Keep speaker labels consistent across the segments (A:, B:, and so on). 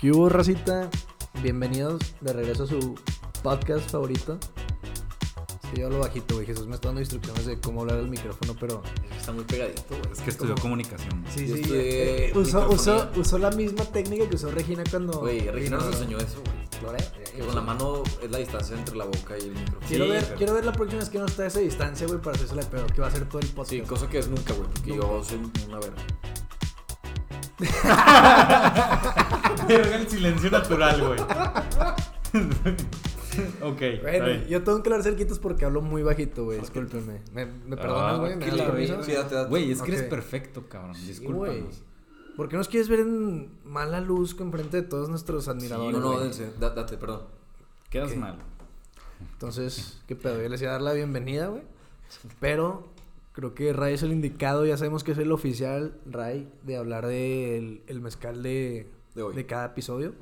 A: ¿Qué hubo, racita? Bienvenidos de regreso a su podcast favorito. Es que yo hablo bajito, güey. Jesús me está dando instrucciones de cómo hablar el micrófono, pero
B: Está muy pegadito, güey.
C: Es que estudió
A: ¿Cómo?
C: comunicación.
A: Sí,
B: Yo
A: sí.
B: estudié
A: eh, usó,
B: microfonía.
A: usó, usó la misma técnica que usó Regina cuando.
B: Güey, Regina nos
A: cuando-
B: enseñó eso, güey.
A: Lore,
B: Que con la mano es la distancia entre la boca y el micrófono.
A: Quiero,
B: Sí,
A: ver,
B: pero-
A: quiero ver la próxima vez que no está a esa distancia, güey, para hacerse la pedo, que va a ser todo el podcast.
B: Sí, cosa que es nunca, güey, porque yo soy una verga.
C: Verga el silencio natural, güey. ok. está
A: Bueno,
C: bien.
A: yo tengo que hablar cerquitos porque hablo muy bajito, güey. Discúlpenme. ¿Me, me perdonas,
C: Ah,
A: güey? ¿Me
C: qué
A: das
C: la
A: permiso?
C: verga.
B: Sí, date, date.
C: Güey, es que
A: Ok.
C: eres perfecto, cabrón. Discúlpanos.
A: güey. ¿Por qué nos quieres ver en mala luz con frente de todos nuestros
B: No,
A: admiradores?
B: no,
A: güey?
B: dense, da- date, perdón.
C: Quedas
A: Ok.
C: mal.
A: Entonces, ¿qué pedo? Yo les iba a dar la bienvenida, güey. Pero creo que Ray es el indicado. Ya sabemos que es el oficial, Ray, de hablar del el mezcal de,
B: De hoy.
A: cada episodio.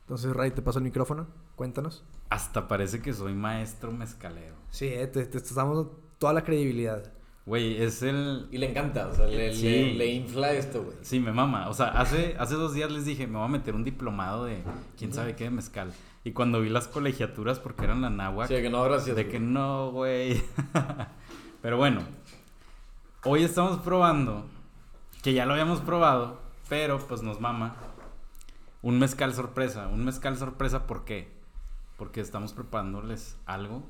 A: Entonces, Ray, te paso el micrófono. Cuéntanos.
C: Hasta parece que soy maestro mezcalero.
A: Sí, eh, te, te estamos dando toda la credibilidad.
C: Güey, es el.
B: Y le encanta, o sea, le,
C: Sí.
B: le, le infla esto, güey.
C: Sí, me mama. O sea, hace, hace dos días les dije, me voy a meter un diplomado de quién sabe qué de mezcal. Y cuando vi las colegiaturas, porque eran la náhuatl,
B: Sí, de que no, gracias.
C: de
B: güey.
C: que no, güey. Pero bueno, hoy estamos probando, que ya lo habíamos probado, pero pues nos mama. Un mezcal sorpresa. Un mezcal sorpresa, ¿por qué? Porque estamos preparándoles algo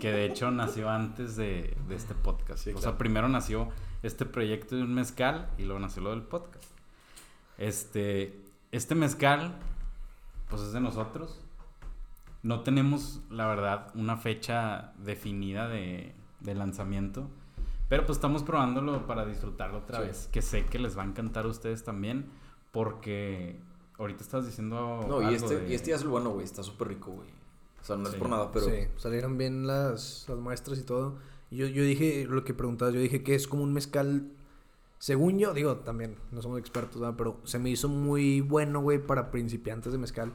C: que de hecho nació antes de, de este podcast.
B: Sí,
C: o
B: claro.
C: sea, primero nació este proyecto de un mezcal y luego nació lo del podcast. Este, este mezcal, pues es de nosotros. No tenemos, la verdad, una fecha definida de, de lanzamiento. Pero pues estamos probándolo para disfrutarlo otra
B: Sí.
C: vez. Que sé que les va a encantar a ustedes también. Porque ahorita estás diciendo.
B: No, y
C: algo
B: este,
C: de-
B: y este ya es el bueno, güey. Está súper rico, güey. O sea, no es
C: Sí.
B: por nada, pero.
A: Sí, salieron bien las, las muestras y todo. Y Yo, yo dije, lo que preguntabas, yo dije que es como un mezcal. Según yo, digo, también, no somos expertos, ¿verdad? pero se me hizo muy bueno, güey, para principiantes de mezcal.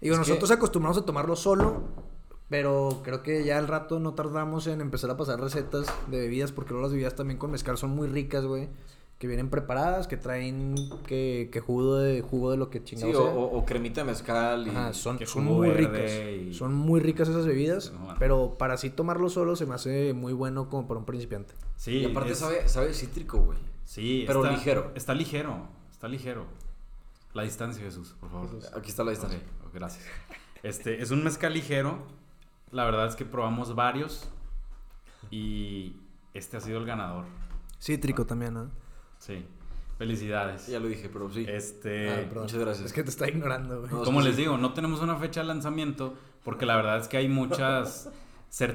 A: Digo,
B: Es que-
A: nosotros acostumbramos a tomarlo solo, pero creo que ya al rato no tardamos en empezar a pasar recetas de bebidas, porque luego las bebidas también con mezcal son muy ricas, güey. Que vienen preparadas, que traen que, que jugo de jugo de lo que
B: Sí,
A: chingados.
B: o,
A: sea.
B: o- o cremita de mezcal y.
A: Ajá, son,
C: que
A: son
C: jugo
A: muy ricas.
C: verde y-
A: Son muy ricas esas bebidas,
C: No, bueno.
A: pero para así tomarlo solo se me hace muy bueno como para un principiante.
C: Sí,
B: Y aparte
C: es-
B: sabe, sabe cítrico, güey.
C: Sí,
B: pero
C: está-
B: ligero.
C: Está ligero. Está ligero. La distancia, Jesús, por favor.
B: Aquí está la distancia.
C: Ok, gracias. Este, es un mezcal ligero. La verdad es que probamos varios. Y este ha sido el ganador.
A: Cítrico también, ¿no?
C: Sí. Felicidades.
B: Ya lo dije, pero sí.
C: Este.
A: Ah, perdón.
B: Eh, muchas gracias.
A: Es que te está ignorando, güey.
B: No,
C: Como
B: pues, sí,
C: les
B: sí.
C: digo, no tenemos una fecha de lanzamiento porque la verdad es que hay muchas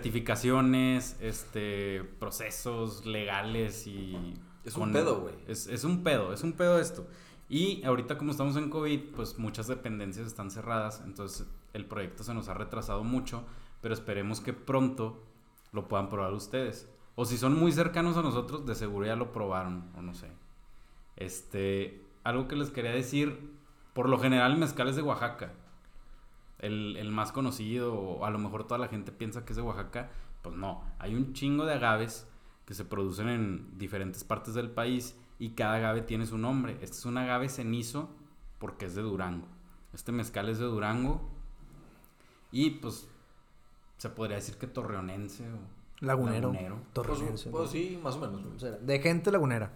C: certificaciones, este, procesos legales y...
B: Es un pedo, güey.
C: Es, es un pedo, es un pedo esto. Y ahorita como estamos en COVID, pues muchas dependencias están cerradas, entonces el proyecto se nos ha retrasado mucho, pero esperemos que pronto lo puedan probar ustedes. O si son muy cercanos a nosotros, de seguro ya lo probaron, o no sé. Este, algo que les quería decir, por lo general el mezcal es de Oaxaca. El, el más conocido, o a lo mejor toda la gente piensa que es de Oaxaca, pues no. Hay un chingo de agaves que se producen en diferentes partes del país y cada agave tiene su nombre. Este es un agave cenizo porque es de Durango. Este mezcal es de Durango y pues se podría decir que torreonense o
A: Lagunero.
C: lagunero.
B: Pues,
A: Torreonense.
B: pues sí, más o menos. güey.
A: O sea, De gente lagunera.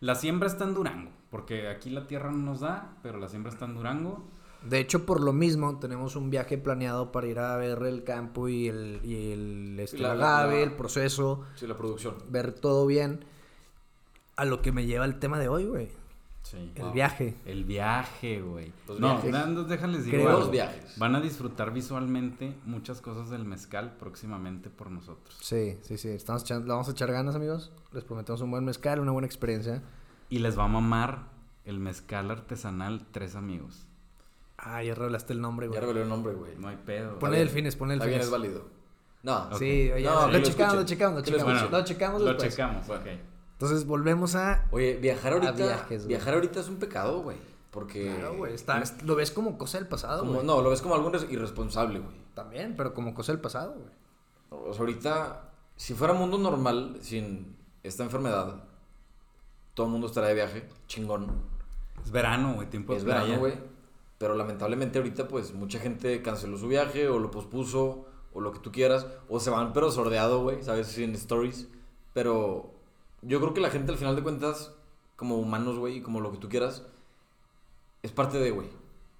C: La siembra está en Durango, porque aquí la tierra no nos da, pero la siembra está en Durango.
A: De hecho, por lo mismo, tenemos un viaje planeado para ir a ver el campo y el, y el, este,
B: Y la-
A: el agave,
B: la-
A: el proceso,
B: Sí, la producción.
A: ver todo bien. A lo que me lleva el tema de hoy, güey.
C: Sí.
A: El viaje.
C: El viaje, güey.
B: Los
C: No,
B: viajes.
C: dan- déjales digo
A: Creo-
C: algo.
B: Los viajes.
C: Van a disfrutar visualmente muchas cosas del mezcal próximamente por nosotros.
A: Sí, sí, sí. Estamos echan- le vamos a echar ganas, amigos. Les prometemos un buen mezcal, una buena experiencia.
C: Y les va a mamar el mezcal artesanal Tres Amigos.
A: Ah, ya revelaste el nombre, güey.
B: Ya reveló el nombre, güey.
C: No hay pedo.
A: Pone
B: bien.
A: delfines, pone
B: Está bien,
A: delfines.
B: es válido. No.
C: Ok.
A: Sí, oye,
B: No,
A: lo,
B: que lo
A: checamos, lo
B: escuchen.
A: checamos, lo
B: Que lo
A: checamos,
C: Bueno,
A: lo checamos
C: Lo
A: después.
C: checamos, ok.
A: Entonces volvemos a...
B: Oye, viajar ahorita.
A: viajes, güey.
B: viajar ahorita es un pecado, güey. Porque.
A: Claro, güey, está- lo ves como cosa del pasado,
B: Eh, como-
A: güey.
B: no, lo ves como algo irres- irresponsable, güey.
A: También, pero como cosa del pasado, güey.
B: O sea, ahorita, si fuera mundo normal, sin esta enfermedad, todo el mundo estaría de viaje, chingón.
C: Es verano, güey. Tiempo de
B: es
A: Pues,
C: playa.
B: verano, güey. Pero lamentablemente ahorita pues mucha gente canceló su viaje o lo pospuso o lo que tú quieras. O se van pero sordeado, güey, ¿sabes? En stories. Pero yo creo que la gente al final de cuentas, como humanos, güey, y como lo que tú quieras, es parte de, güey.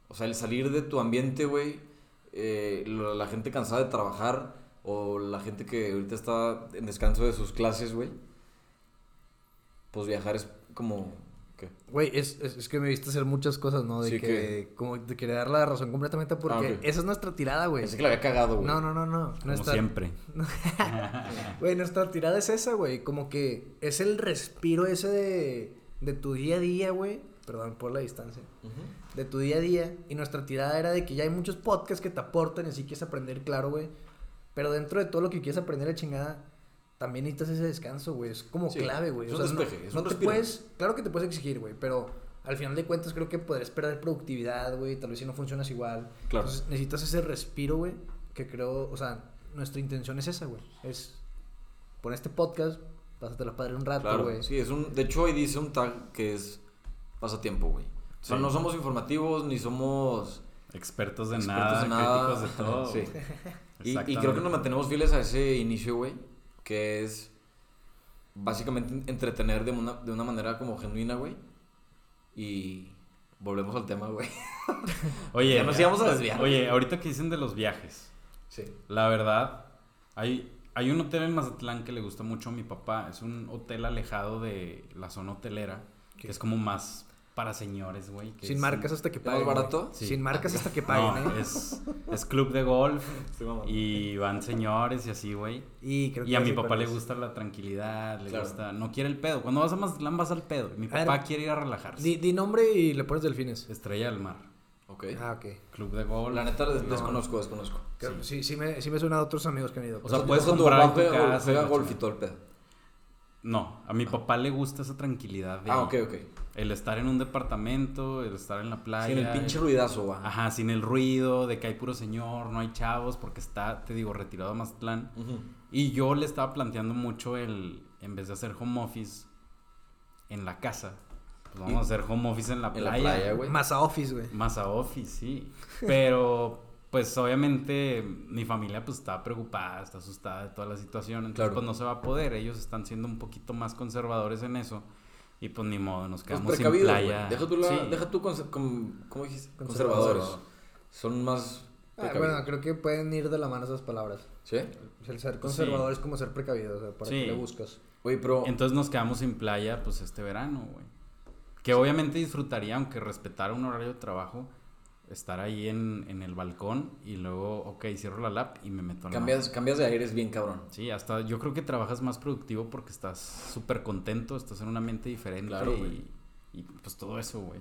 B: O sea, el salir de tu ambiente, güey, eh, lo- la gente cansada de trabajar o la gente que ahorita está en descanso de sus clases, güey. Pues viajar es como... ¿Qué?
A: Güey, es, es, es que me viste hacer muchas cosas, ¿no? De
B: Sí,
A: que,
B: ¿qué?
A: como te quería dar la razón completamente porque
B: Ah, ok.
A: esa es nuestra tirada, güey.
B: Pensé que la había cagado, güey.
A: Pues, No, no, no, no.
C: Como
A: no está...
C: siempre.
A: Güey, nuestra tirada es esa, güey. Como que es el respiro ese de, de tu día a día, güey. Perdón por la distancia.
B: Ujú.
A: De tu día a día. Y nuestra tirada era de que ya hay muchos podcasts que te aportan y así quieres aprender, claro, güey. Pero dentro de todo lo que quieres aprender, la chingada, también necesitas ese descanso, güey. Es como
B: Sí,
A: clave, güey.
B: es
A: O
B: un
A: sea, no-
B: despeje, es
A: no
B: un
A: te
B: respiro.
A: puedes, claro que te puedes exigir, güey, pero al final de cuentas creo que podrás perder productividad, güey. Tal vez si no funcionas igual.
B: Claro.
A: Entonces necesitas ese respiro, güey, que creo, o sea, nuestra intención es esa, güey. Es pon este podcast, pásatela padre un rato,
B: Claro,
A: güey.
B: sí, es un... De hecho, hoy dice un tag que es pasatiempo, güey. O sea,
C: Sí.
B: no somos informativos ni somos...
C: Expertos de
B: Expertos
C: nada,
B: en nada.
C: críticos de todo.
B: Sí.
C: güey.
B: Y, y creo que
C: Exactamente.
B: nos mantenemos fieles a ese inicio, güey, que es básicamente entretener de una, de una manera como genuina, güey. Y volvemos al tema, güey.
C: Oye,
B: Ya nos íbamos a desviar.
C: Oye, ahorita que dicen de los viajes,
B: Sí.
C: la verdad, hay, hay un hotel en Mazatlán que le gusta mucho a mi papá. Es un hotel alejado de la zona hotelera, que
A: ¿Qué?
C: es como más para señores, güey. que
A: Sin
C: es-
A: marcas hasta que
B: ¿Es más
A: paguen. güey.
B: barato?
C: Sí.
A: Sin marcas hasta que
C: No,
A: paguen, ¿eh?
C: es, es club de golf
B: y,
C: y van señores y así, güey.
A: Y, creo que
C: Y a
A: ya
C: mi
A: sé
C: papá
A: cuál
C: le
A: es.
C: gusta la tranquilidad, le
B: Claro.
C: gusta... No quiere el pedo. Cuando vas a Mazatlán vas al pedo. Mi
A: A ver,
C: papá quiere ir a relajarse.
A: Di, di nombre y le pones delfines.
C: Estrella del Mar,
B: ok.
A: Ah, ok.
C: club de golf.
B: La neta des- desconozco, desconozco.
A: Creo- Sí. sí, me, sí me suena a otros amigos que han ido.
C: O sea,
B: tú
C: puedes
B: con tu
C: comprar en
B: papá
C: tu
B: juega,
C: casa,
B: juega
C: la
B: golf y
C: chingada.
B: todo el pedo.
C: No, a mi papá le gusta esa tranquilidad de
B: Ah, ok, ok.
C: el estar en un departamento, el estar en la playa.
B: Sin el pinche
C: el-
B: ruidazo, va.
C: Ajá, sin el ruido de que hay puro señor, no hay chavos, porque está, te digo, retirado a Mazatlán.
B: Ujú.
C: Y yo le estaba planteando mucho el, en vez de hacer home office en la casa, pues vamos a hacer home office en la
B: Mm. En la
C: playa.
B: playa, güey.
A: Masa Office, güey.
C: Más a office, sí. Pero, pues obviamente mi familia pues está preocupada, está asustada de toda la situación. Entonces,
B: Claro.
C: pues no se va a poder. Ellos están siendo un poquito más conservadores en eso. Y pues ni modo, nos
B: Pues
C: quedamos sin
B: precavidos, güey.
C: playa.
B: Deja tú, la,
C: Sí.
B: deja tú conser- con- ¿cómo dijiste?
A: Conservadores.
B: Conservadores. Son más
A: Ah,
B: precavidos.
A: bueno, creo que pueden ir de la mano esas palabras.
B: ¿Sí?
A: El ser conservador es como ser precavido, o sea, para
C: Sí.
A: que le buscas.
B: Oye, pero...
C: Entonces nos quedamos sin playa pues este verano, güey. Que obviamente disfrutaría, aunque respetara un horario de trabajo, estar ahí en, en el balcón y luego, ok, cierro la lap y me meto a la
B: Cambias, cambias de aires bien cabrón.
C: Sí, hasta yo creo que trabajas más productivo porque estás súper contento, estás en un ambiente diferente
B: Claro, güey.
C: y, y, pues todo eso, güey.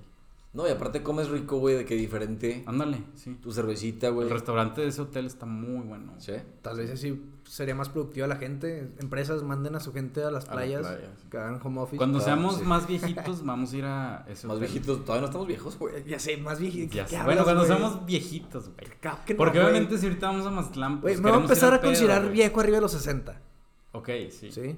B: No, y aparte comes rico, güey, de que diferente.
C: Ándale, sí.
B: Tu cervecita, güey.
C: Ah. El restaurante de ese hotel está muy bueno.
B: ¿Sí?
A: Tal vez así sería más productiva la gente. Empresas manden a su gente a las
C: A la
A: playas,
C: playa, sí.
A: que hagan home office.
C: Cuando
B: claro,
C: seamos
B: sí.
C: más viejitos, vamos a ir a ese
B: Más
C: hotel.
B: viejitos, todavía no estamos viejos, güey.
A: Eh, Ya sé, más viejito.
C: Ya sé. Bueno, cuando seamos viejitos, güey. Porque
A: Porque
C: obviamente si ahorita vamos a Mazatlán, pues
A: Güey, me voy a
C: queremos ir
A: empezar
C: al
A: a
C: pedo,
A: considerar
C: güey.
A: viejo arriba de los 60.
C: Ok, sí.
A: ¿Sí?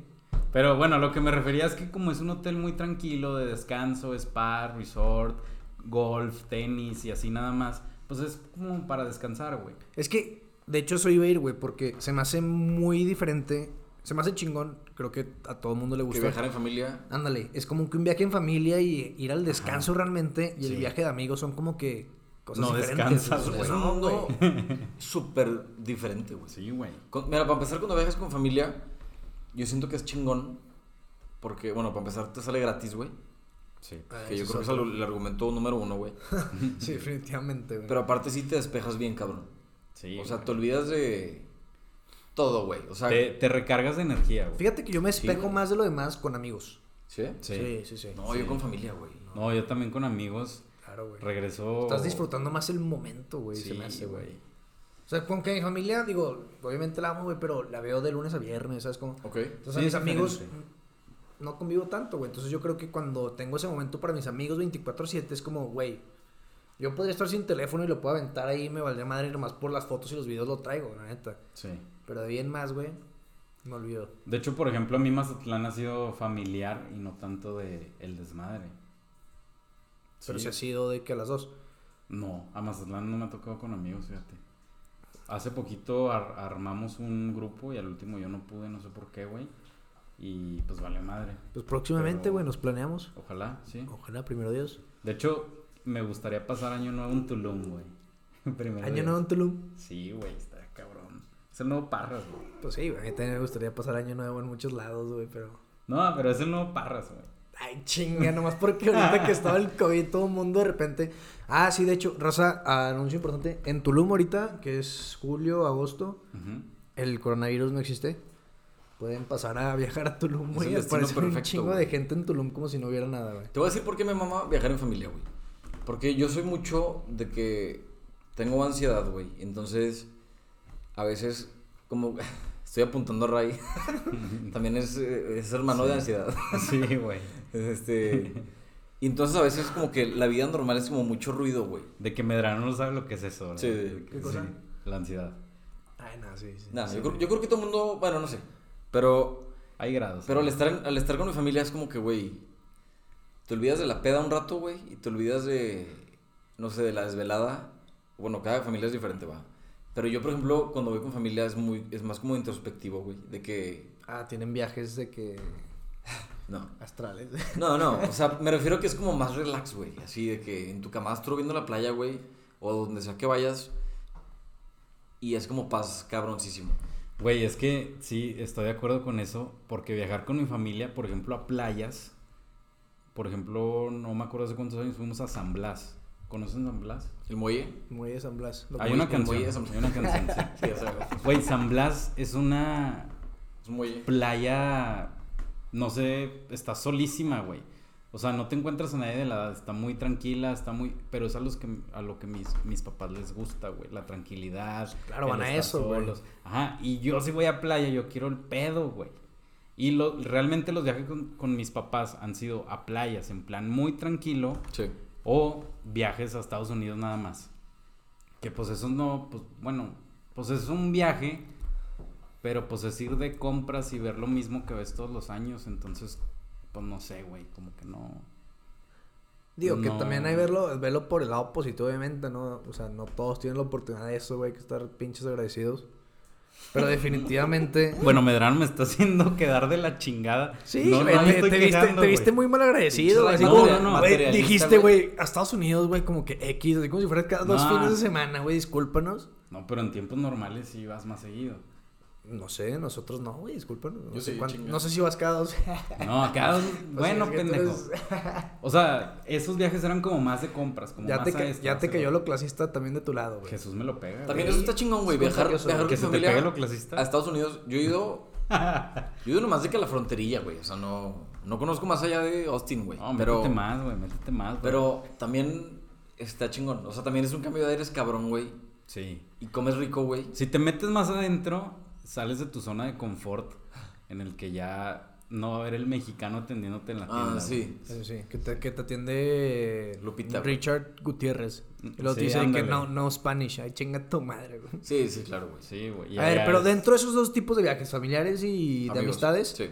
C: Pero bueno, lo que me refería es que como es un hotel muy tranquilo, de descanso, spa, resort, golf, tenis y así nada más, pues es como para descansar, güey.
A: Es que, de hecho, eso iba a ir, güey, porque se me hace muy diferente. Se me hace chingón. Creo que a todo mundo le
B: Que
A: gusta.
B: viajar en familia.
A: Ándale, es como que un viaje en familia y ir al descanso realmente y
C: Sí.
A: el viaje de amigos son como que cosas
C: No
A: diferentes.
C: descansas,
A: güey.
C: güey.
B: Es un
A: No,
B: mundo
A: güey.
B: súper diferente, güey.
C: Sí, güey.
B: Con- mira, para empezar, cuando viajas con familia, yo siento que es chingón. Porque, bueno, para empezar, te sale gratis, güey.
C: Sí.
A: Ah,
B: Que yo
A: eso
B: creo que
A: es
B: es el, el argumento número uno, güey.
A: otro. Sí, definitivamente, güey.
B: Pero aparte, sí te despejas bien, cabrón.
C: Sí.
B: o sea,
C: güey.
B: te olvidas de todo, güey. O sea,
C: te, te recargas de energía, güey.
A: Fíjate que yo me espejo
B: güey.
A: más de lo demás con amigos.
B: ¿sí?
C: Sí.
A: sí, sí.
B: No, yo con familia, güey.
C: No, yo también con amigos
A: Claro, güey.
C: regreso.
A: Estás disfrutando más el momento, güey,
C: Sí,
A: se me hace, güey.
C: güey.
A: O sea, con que mi familia, digo, obviamente la amo, güey, pero la veo de lunes a viernes, ¿sabes cómo?
B: Ok.
A: Entonces,
C: Sí,
A: a mis
C: es
A: amigos
C: diferente.
A: mm, no convivo tanto, güey. Entonces, yo creo que cuando tengo ese momento para mis amigos 24-7, es como, güey, yo podría estar sin teléfono y lo puedo aventar ahí, me valdría madre nomás por las fotos y los videos lo traigo, la neta.
C: Sí.
A: Pero de bien más, güey, me olvido.
C: De hecho, por ejemplo, a mí Mazatlán ha sido familiar y no tanto de el desmadre.
A: Pero
C: Sí.
A: se ha sido de que a las dos.
C: No, a Mazatlán no me ha tocado con amigos, fíjate. Hace poquito ar- armamos un grupo y al último yo no pude, no sé por qué, güey. Y pues vale madre.
A: Pues próximamente,
C: Pero-
A: güey, nos planeamos.
C: Ojalá, sí.
A: Ojalá, primero Dios.
C: De hecho, me gustaría pasar año nuevo en Tulum, güey. Primero
A: Año
C: Dios.
A: nuevo en Tulum.
C: Sí, güey, está cabrón. Es el nuevo Parras, güey.
A: Pues sí, güey, a mí también me gustaría pasar año nuevo en muchos lados, güey, pero...
C: No, pero es el nuevo Parras, güey.
A: Ay, chinga, nomás porque ahorita que estaba el COVID, todo el mundo de repente. Ah, sí, de hecho, raza, anuncio importante. En Tulum ahorita, que es julio, agosto,
C: Ujú.
A: el coronavirus no existe. Pueden pasar a viajar a Tulum,
B: Es
A: güey.
B: el destino
A: Aparece un
B: perfecto,
A: chingo
B: güey.
A: de gente en Tulum como si no hubiera nada, güey.
B: Te voy a decir por qué me mama viajar en familia, güey. Porque yo soy mucho de que tengo ansiedad, güey. Entonces, a veces, como estoy apuntando a Ray, también es, eh, es hermano de ansiedad.
C: Sí, güey.
B: Este. Y entonces a veces como que la vida normal es como mucho ruido, güey.
C: De que Medrano no sabe lo que es eso, ¿no?
B: Sí,
C: De
B: ¿qué
C: que-
A: cosa?
C: sí, La ansiedad.
A: Ay, no, sí, sí.
B: Nah, yo, creo, yo creo que todo el mundo, bueno, no sé. Pero
C: Hay grados.
B: Pero al
C: güey.
B: estar, en- al estar con mi familia es como que, güey, te olvidas de la peda un rato, güey, y te olvidas de, no sé, de la desvelada. Bueno, cada familia es diferente, va. Pero yo, por ejemplo, cuando voy con familia es muy, es más como introspectivo, güey, de que,
A: Ah, tienen viajes de que...
B: no.
A: astrales.
B: No, no, o sea, me refiero que es como más relax, güey, así de que en tu camastro viendo la playa, güey, o donde sea que vayas, y es como paz cabroncísimo.
C: Güey, es que sí, estoy de acuerdo con eso, porque viajar con mi familia, por ejemplo, a playas, por ejemplo, no me acuerdo hace cuántos años fuimos a San Blas. ¿Conocen San Blas?
B: ¿El muelle?
A: Muy de San Blas. Lo
C: Hay
A: que-
B: muy-
C: una
B: muy
C: canción,
B: de San
C: hay una canción, sí.
B: Sí, o sea,
C: Güey, San Blas es una
B: es un muelle.
C: playa, no sé, está solísima, güey. O sea, no te encuentras a nadie de la edad, está muy tranquila, está muy... Pero es a, los que, a lo que mis, mis papás les gusta, güey, la tranquilidad.
A: Claro,
C: el
A: van a
C: estar
A: eso, güey.
C: solos. Ajá, y yo si voy a playa, yo quiero el pedo, güey. Y lo, realmente los viajes con, con mis papás han sido a playas, en plan muy tranquilo,
B: Sí.
C: o viajes a Estados Unidos nada más. Que pues eso no, pues bueno, pues es un viaje, pero pues es ir de compras y ver lo mismo que ves todos los años, entonces pues no sé, güey, como que no.
A: Digo que
C: No.
A: también hay verlo, verlo por el lado positivo, obviamente, ¿no? O sea, no todos tienen la oportunidad de eso, güey, hay que estar pinches agradecidos. Pero definitivamente.
C: Bueno, Medrano me está haciendo quedar de la chingada.
A: Sí,
C: No, no
A: güey,
C: me
A: te,
C: estoy
A: te viste,
C: quejando,
A: te viste
C: güey.
A: muy mal agradecido.
B: Pinches
A: así
C: no,
A: como,
C: no, no,
A: güey,
B: materialista,
A: dijiste,
B: güey.
A: güey, a Estados Unidos, güey, como que X, así como si fuera cada dos
C: No.
A: fines de semana, güey, discúlpanos.
C: No, pero en tiempos normales sí vas más seguido.
A: No sé, nosotros no, güey, discúlpanos. No,
B: Yo
A: sé,
B: sí,
A: cuánto-
B: chinga.
A: no sé si vas cada dos.
C: No, acá bueno,
A: Pues es que tú
C: pendejo.
A: eres-
C: O sea, esos viajes eran como más de compras, como
A: ya
C: más
A: te,
C: a
A: ca-
C: esto,
A: ya
C: más
A: te
C: a
A: cayó
C: lo-
A: lo clasista también de tu lado, güey.
C: Jesús me lo pega.
B: También
C: güey.
B: eso está chingón, güey,
A: Es muy
B: viajar,
A: curioso,
B: viajar
C: que
B: con
C: se te
B: familia
C: pegue lo clasista.
B: a Estados Unidos. Yo he ido, yo he ido nomás de que a la fronterilla, güey, o sea, no, no conozco más allá de Austin, güey,
C: No,
B: pero,
C: métete más, güey, métete más. güey.
B: pero también está chingón, o sea, también es un cambio de aires cabrón, güey,
C: Sí.
B: y comes rico, güey.
C: Si te metes más adentro, sales de tu zona de confort en el que ya no va a haber el mexicano atendiéndote en la tienda.
B: Ah,
C: güey.
B: sí.
A: Eso sí, que te, que te atiende
B: Lupita, güey.
A: Richard Gutiérrez. Y los
C: Sí,
A: dice
C: ándale.
A: que no, no Spanish. Ay, chinga tu madre, güey.
B: Sí, sí, claro, güey.
C: Sí, güey. y
A: A ver,
C: allá
A: pero
C: es-
A: dentro de esos dos tipos de viajes, familiares y de
B: Amigos,
A: amistades,
B: Sí.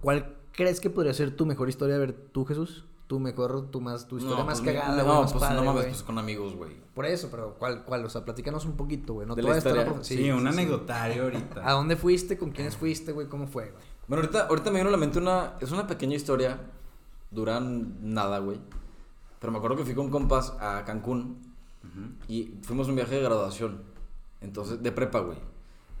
A: ¿cuál crees que podría ser tu mejor historia? A ver, tú, Jesús, tu mejor, tu más, tu historia
B: No,
A: más
B: pues,
A: cagada, güey,
B: No,
A: más
B: pues
A: padre,
B: no mames,
A: güey.
B: pues con amigos, güey.
A: Por eso, pero ¿cuál, cuál? O sea, platícanos un poquito, güey. No
B: De
A: toda
B: la
A: esta
B: historia.
A: profe-
C: Sí, un
B: Ah,
C: anecdotario ahorita.
A: ¿A dónde fuiste? ¿Con quiénes fuiste, güey? ¿Cómo fue, güey?
B: Bueno, ahorita, ahorita me vino a la mente una. Es una pequeña historia. Duran nada, güey. Pero me acuerdo que fui con compas a Cancún. Y fuimos a un viaje de graduación. Entonces, de prepa, güey.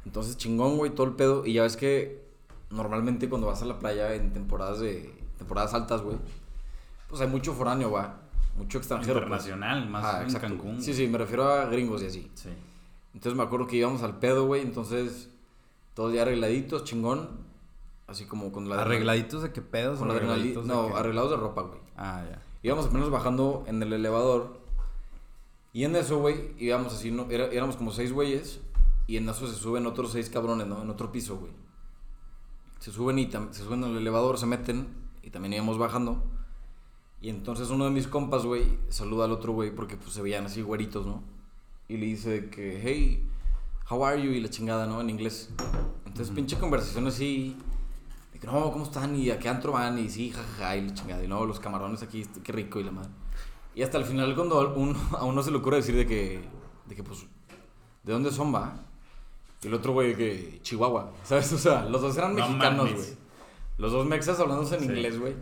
B: Entonces, chingón, güey, todo el pedo. Y ya ves que normalmente cuando vas a la playa en temporadas de. temporadas altas, güey. Pues hay mucho foráneo, va. Mucho extranjero. pues.
C: Internacional, más
B: Ajá,
C: en
B: exacto.
C: Cancún.
B: Sí,
C: güey.
B: sí, me refiero a gringos y así.
C: Sí.
B: Entonces me acuerdo que íbamos al pedo, güey. Entonces, todos ya arregladitos, chingón. Así como con la.
C: ¿Arregladitos de qué pedos?
B: Con
C: o
B: la adrenalina-
C: arregladitos de
B: No,
C: qué?
B: arreglados de ropa, güey.
C: Ah, ya.
B: Íbamos apenas bajando en el elevador. Y en eso, güey, íbamos así, ¿no? Era- éramos como seis güeyes. Y en eso se suben otros seis cabrones, ¿no? En otro piso, güey. Se suben y tam- se suben al elevador, se meten. Y también íbamos bajando. Y entonces uno de mis compas, güey, saluda al otro güey porque pues se veían así güeritos, ¿no? Y le dice que, hey, how are you? Y la chingada, ¿no? En inglés. Entonces, pinche conversación así. De que, no, ¿cómo están? Y a qué antro van. Y sí, jajaja, y la chingada. Y no, los camarones aquí, este, qué rico y la madre. Y hasta el final, cuando a uno, a uno se le ocurre decir de que, de que, pues, ¿de dónde son, va? Y el otro, güey, de que Chihuahua, ¿sabes? O sea, los dos eran
C: No
B: mexicanos,
C: mames.
B: güey. Los dos mexas hablándose en
C: Sí.
B: inglés, güey.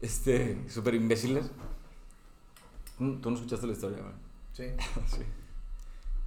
B: Este, súper imbéciles. Mm, Tú no escuchaste la historia, güey.
A: Sí.
B: Sí.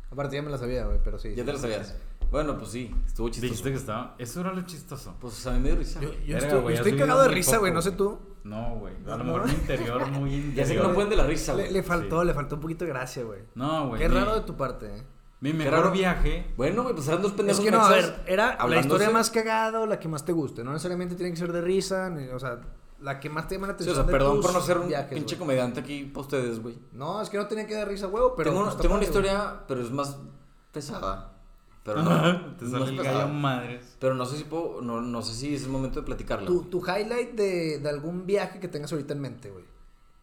A: Aparte ya me la sabía, güey, pero sí.
B: Ya
A: sí.
B: te la sabías. Bueno, pues sí, estuvo chistoso.
C: Dijiste que estaba. Eso era lo chistoso.
B: Pues o sea, a mí me dio risa.
A: Yo, yo
C: Verga,
A: estoy,
C: güey,
A: yo
C: has
A: estoy
C: vivido
A: cagado de
C: muy
A: risa, güey,
C: poco,
A: no sé
C: güey.
A: tú.
C: No, güey. A
A: No,
C: lo mejor
A: no.
C: mi interior, muy interior.
B: Ya sé que no pueden de la risa,
A: Le,
B: güey.
A: le faltó,
C: Sí.
A: le faltó un poquito de gracia, güey.
C: No, güey.
A: Qué
C: mi-
A: raro de tu parte, eh.
C: Mi
B: Qué
C: mejor
B: raro.
C: viaje.
B: Bueno, güey, pues eran dos
A: Es
B: pendejos
A: que no, a
B: mexas
A: ver, era la
B: hablándose.
A: historia más cagada o la que más te guste. No necesariamente tiene que ser de risa, ni- o sea, la que más te llama la
B: Sí,
A: atención.
B: o sea,
A: de
B: perdón
A: tus
B: por no ser un
A: viajes,
B: pinche
A: güey.
B: comediante aquí para ustedes, güey.
A: No, es que no tenía que dar risa, huevo, pero.
B: Tengo,
A: pues,
B: una,
A: está
B: tengo una
A: padre, güey.
B: historia, pero es más pesada. Pero no,
C: Te
B: no
C: sale
B: es
C: el
B: pesada.
C: gallo madres.
B: Pero no sé si puedo, no, no sé si es el momento de platicarla.
A: Tu,
B: güey.
A: tu highlight de, de algún viaje que tengas ahorita en mente, güey.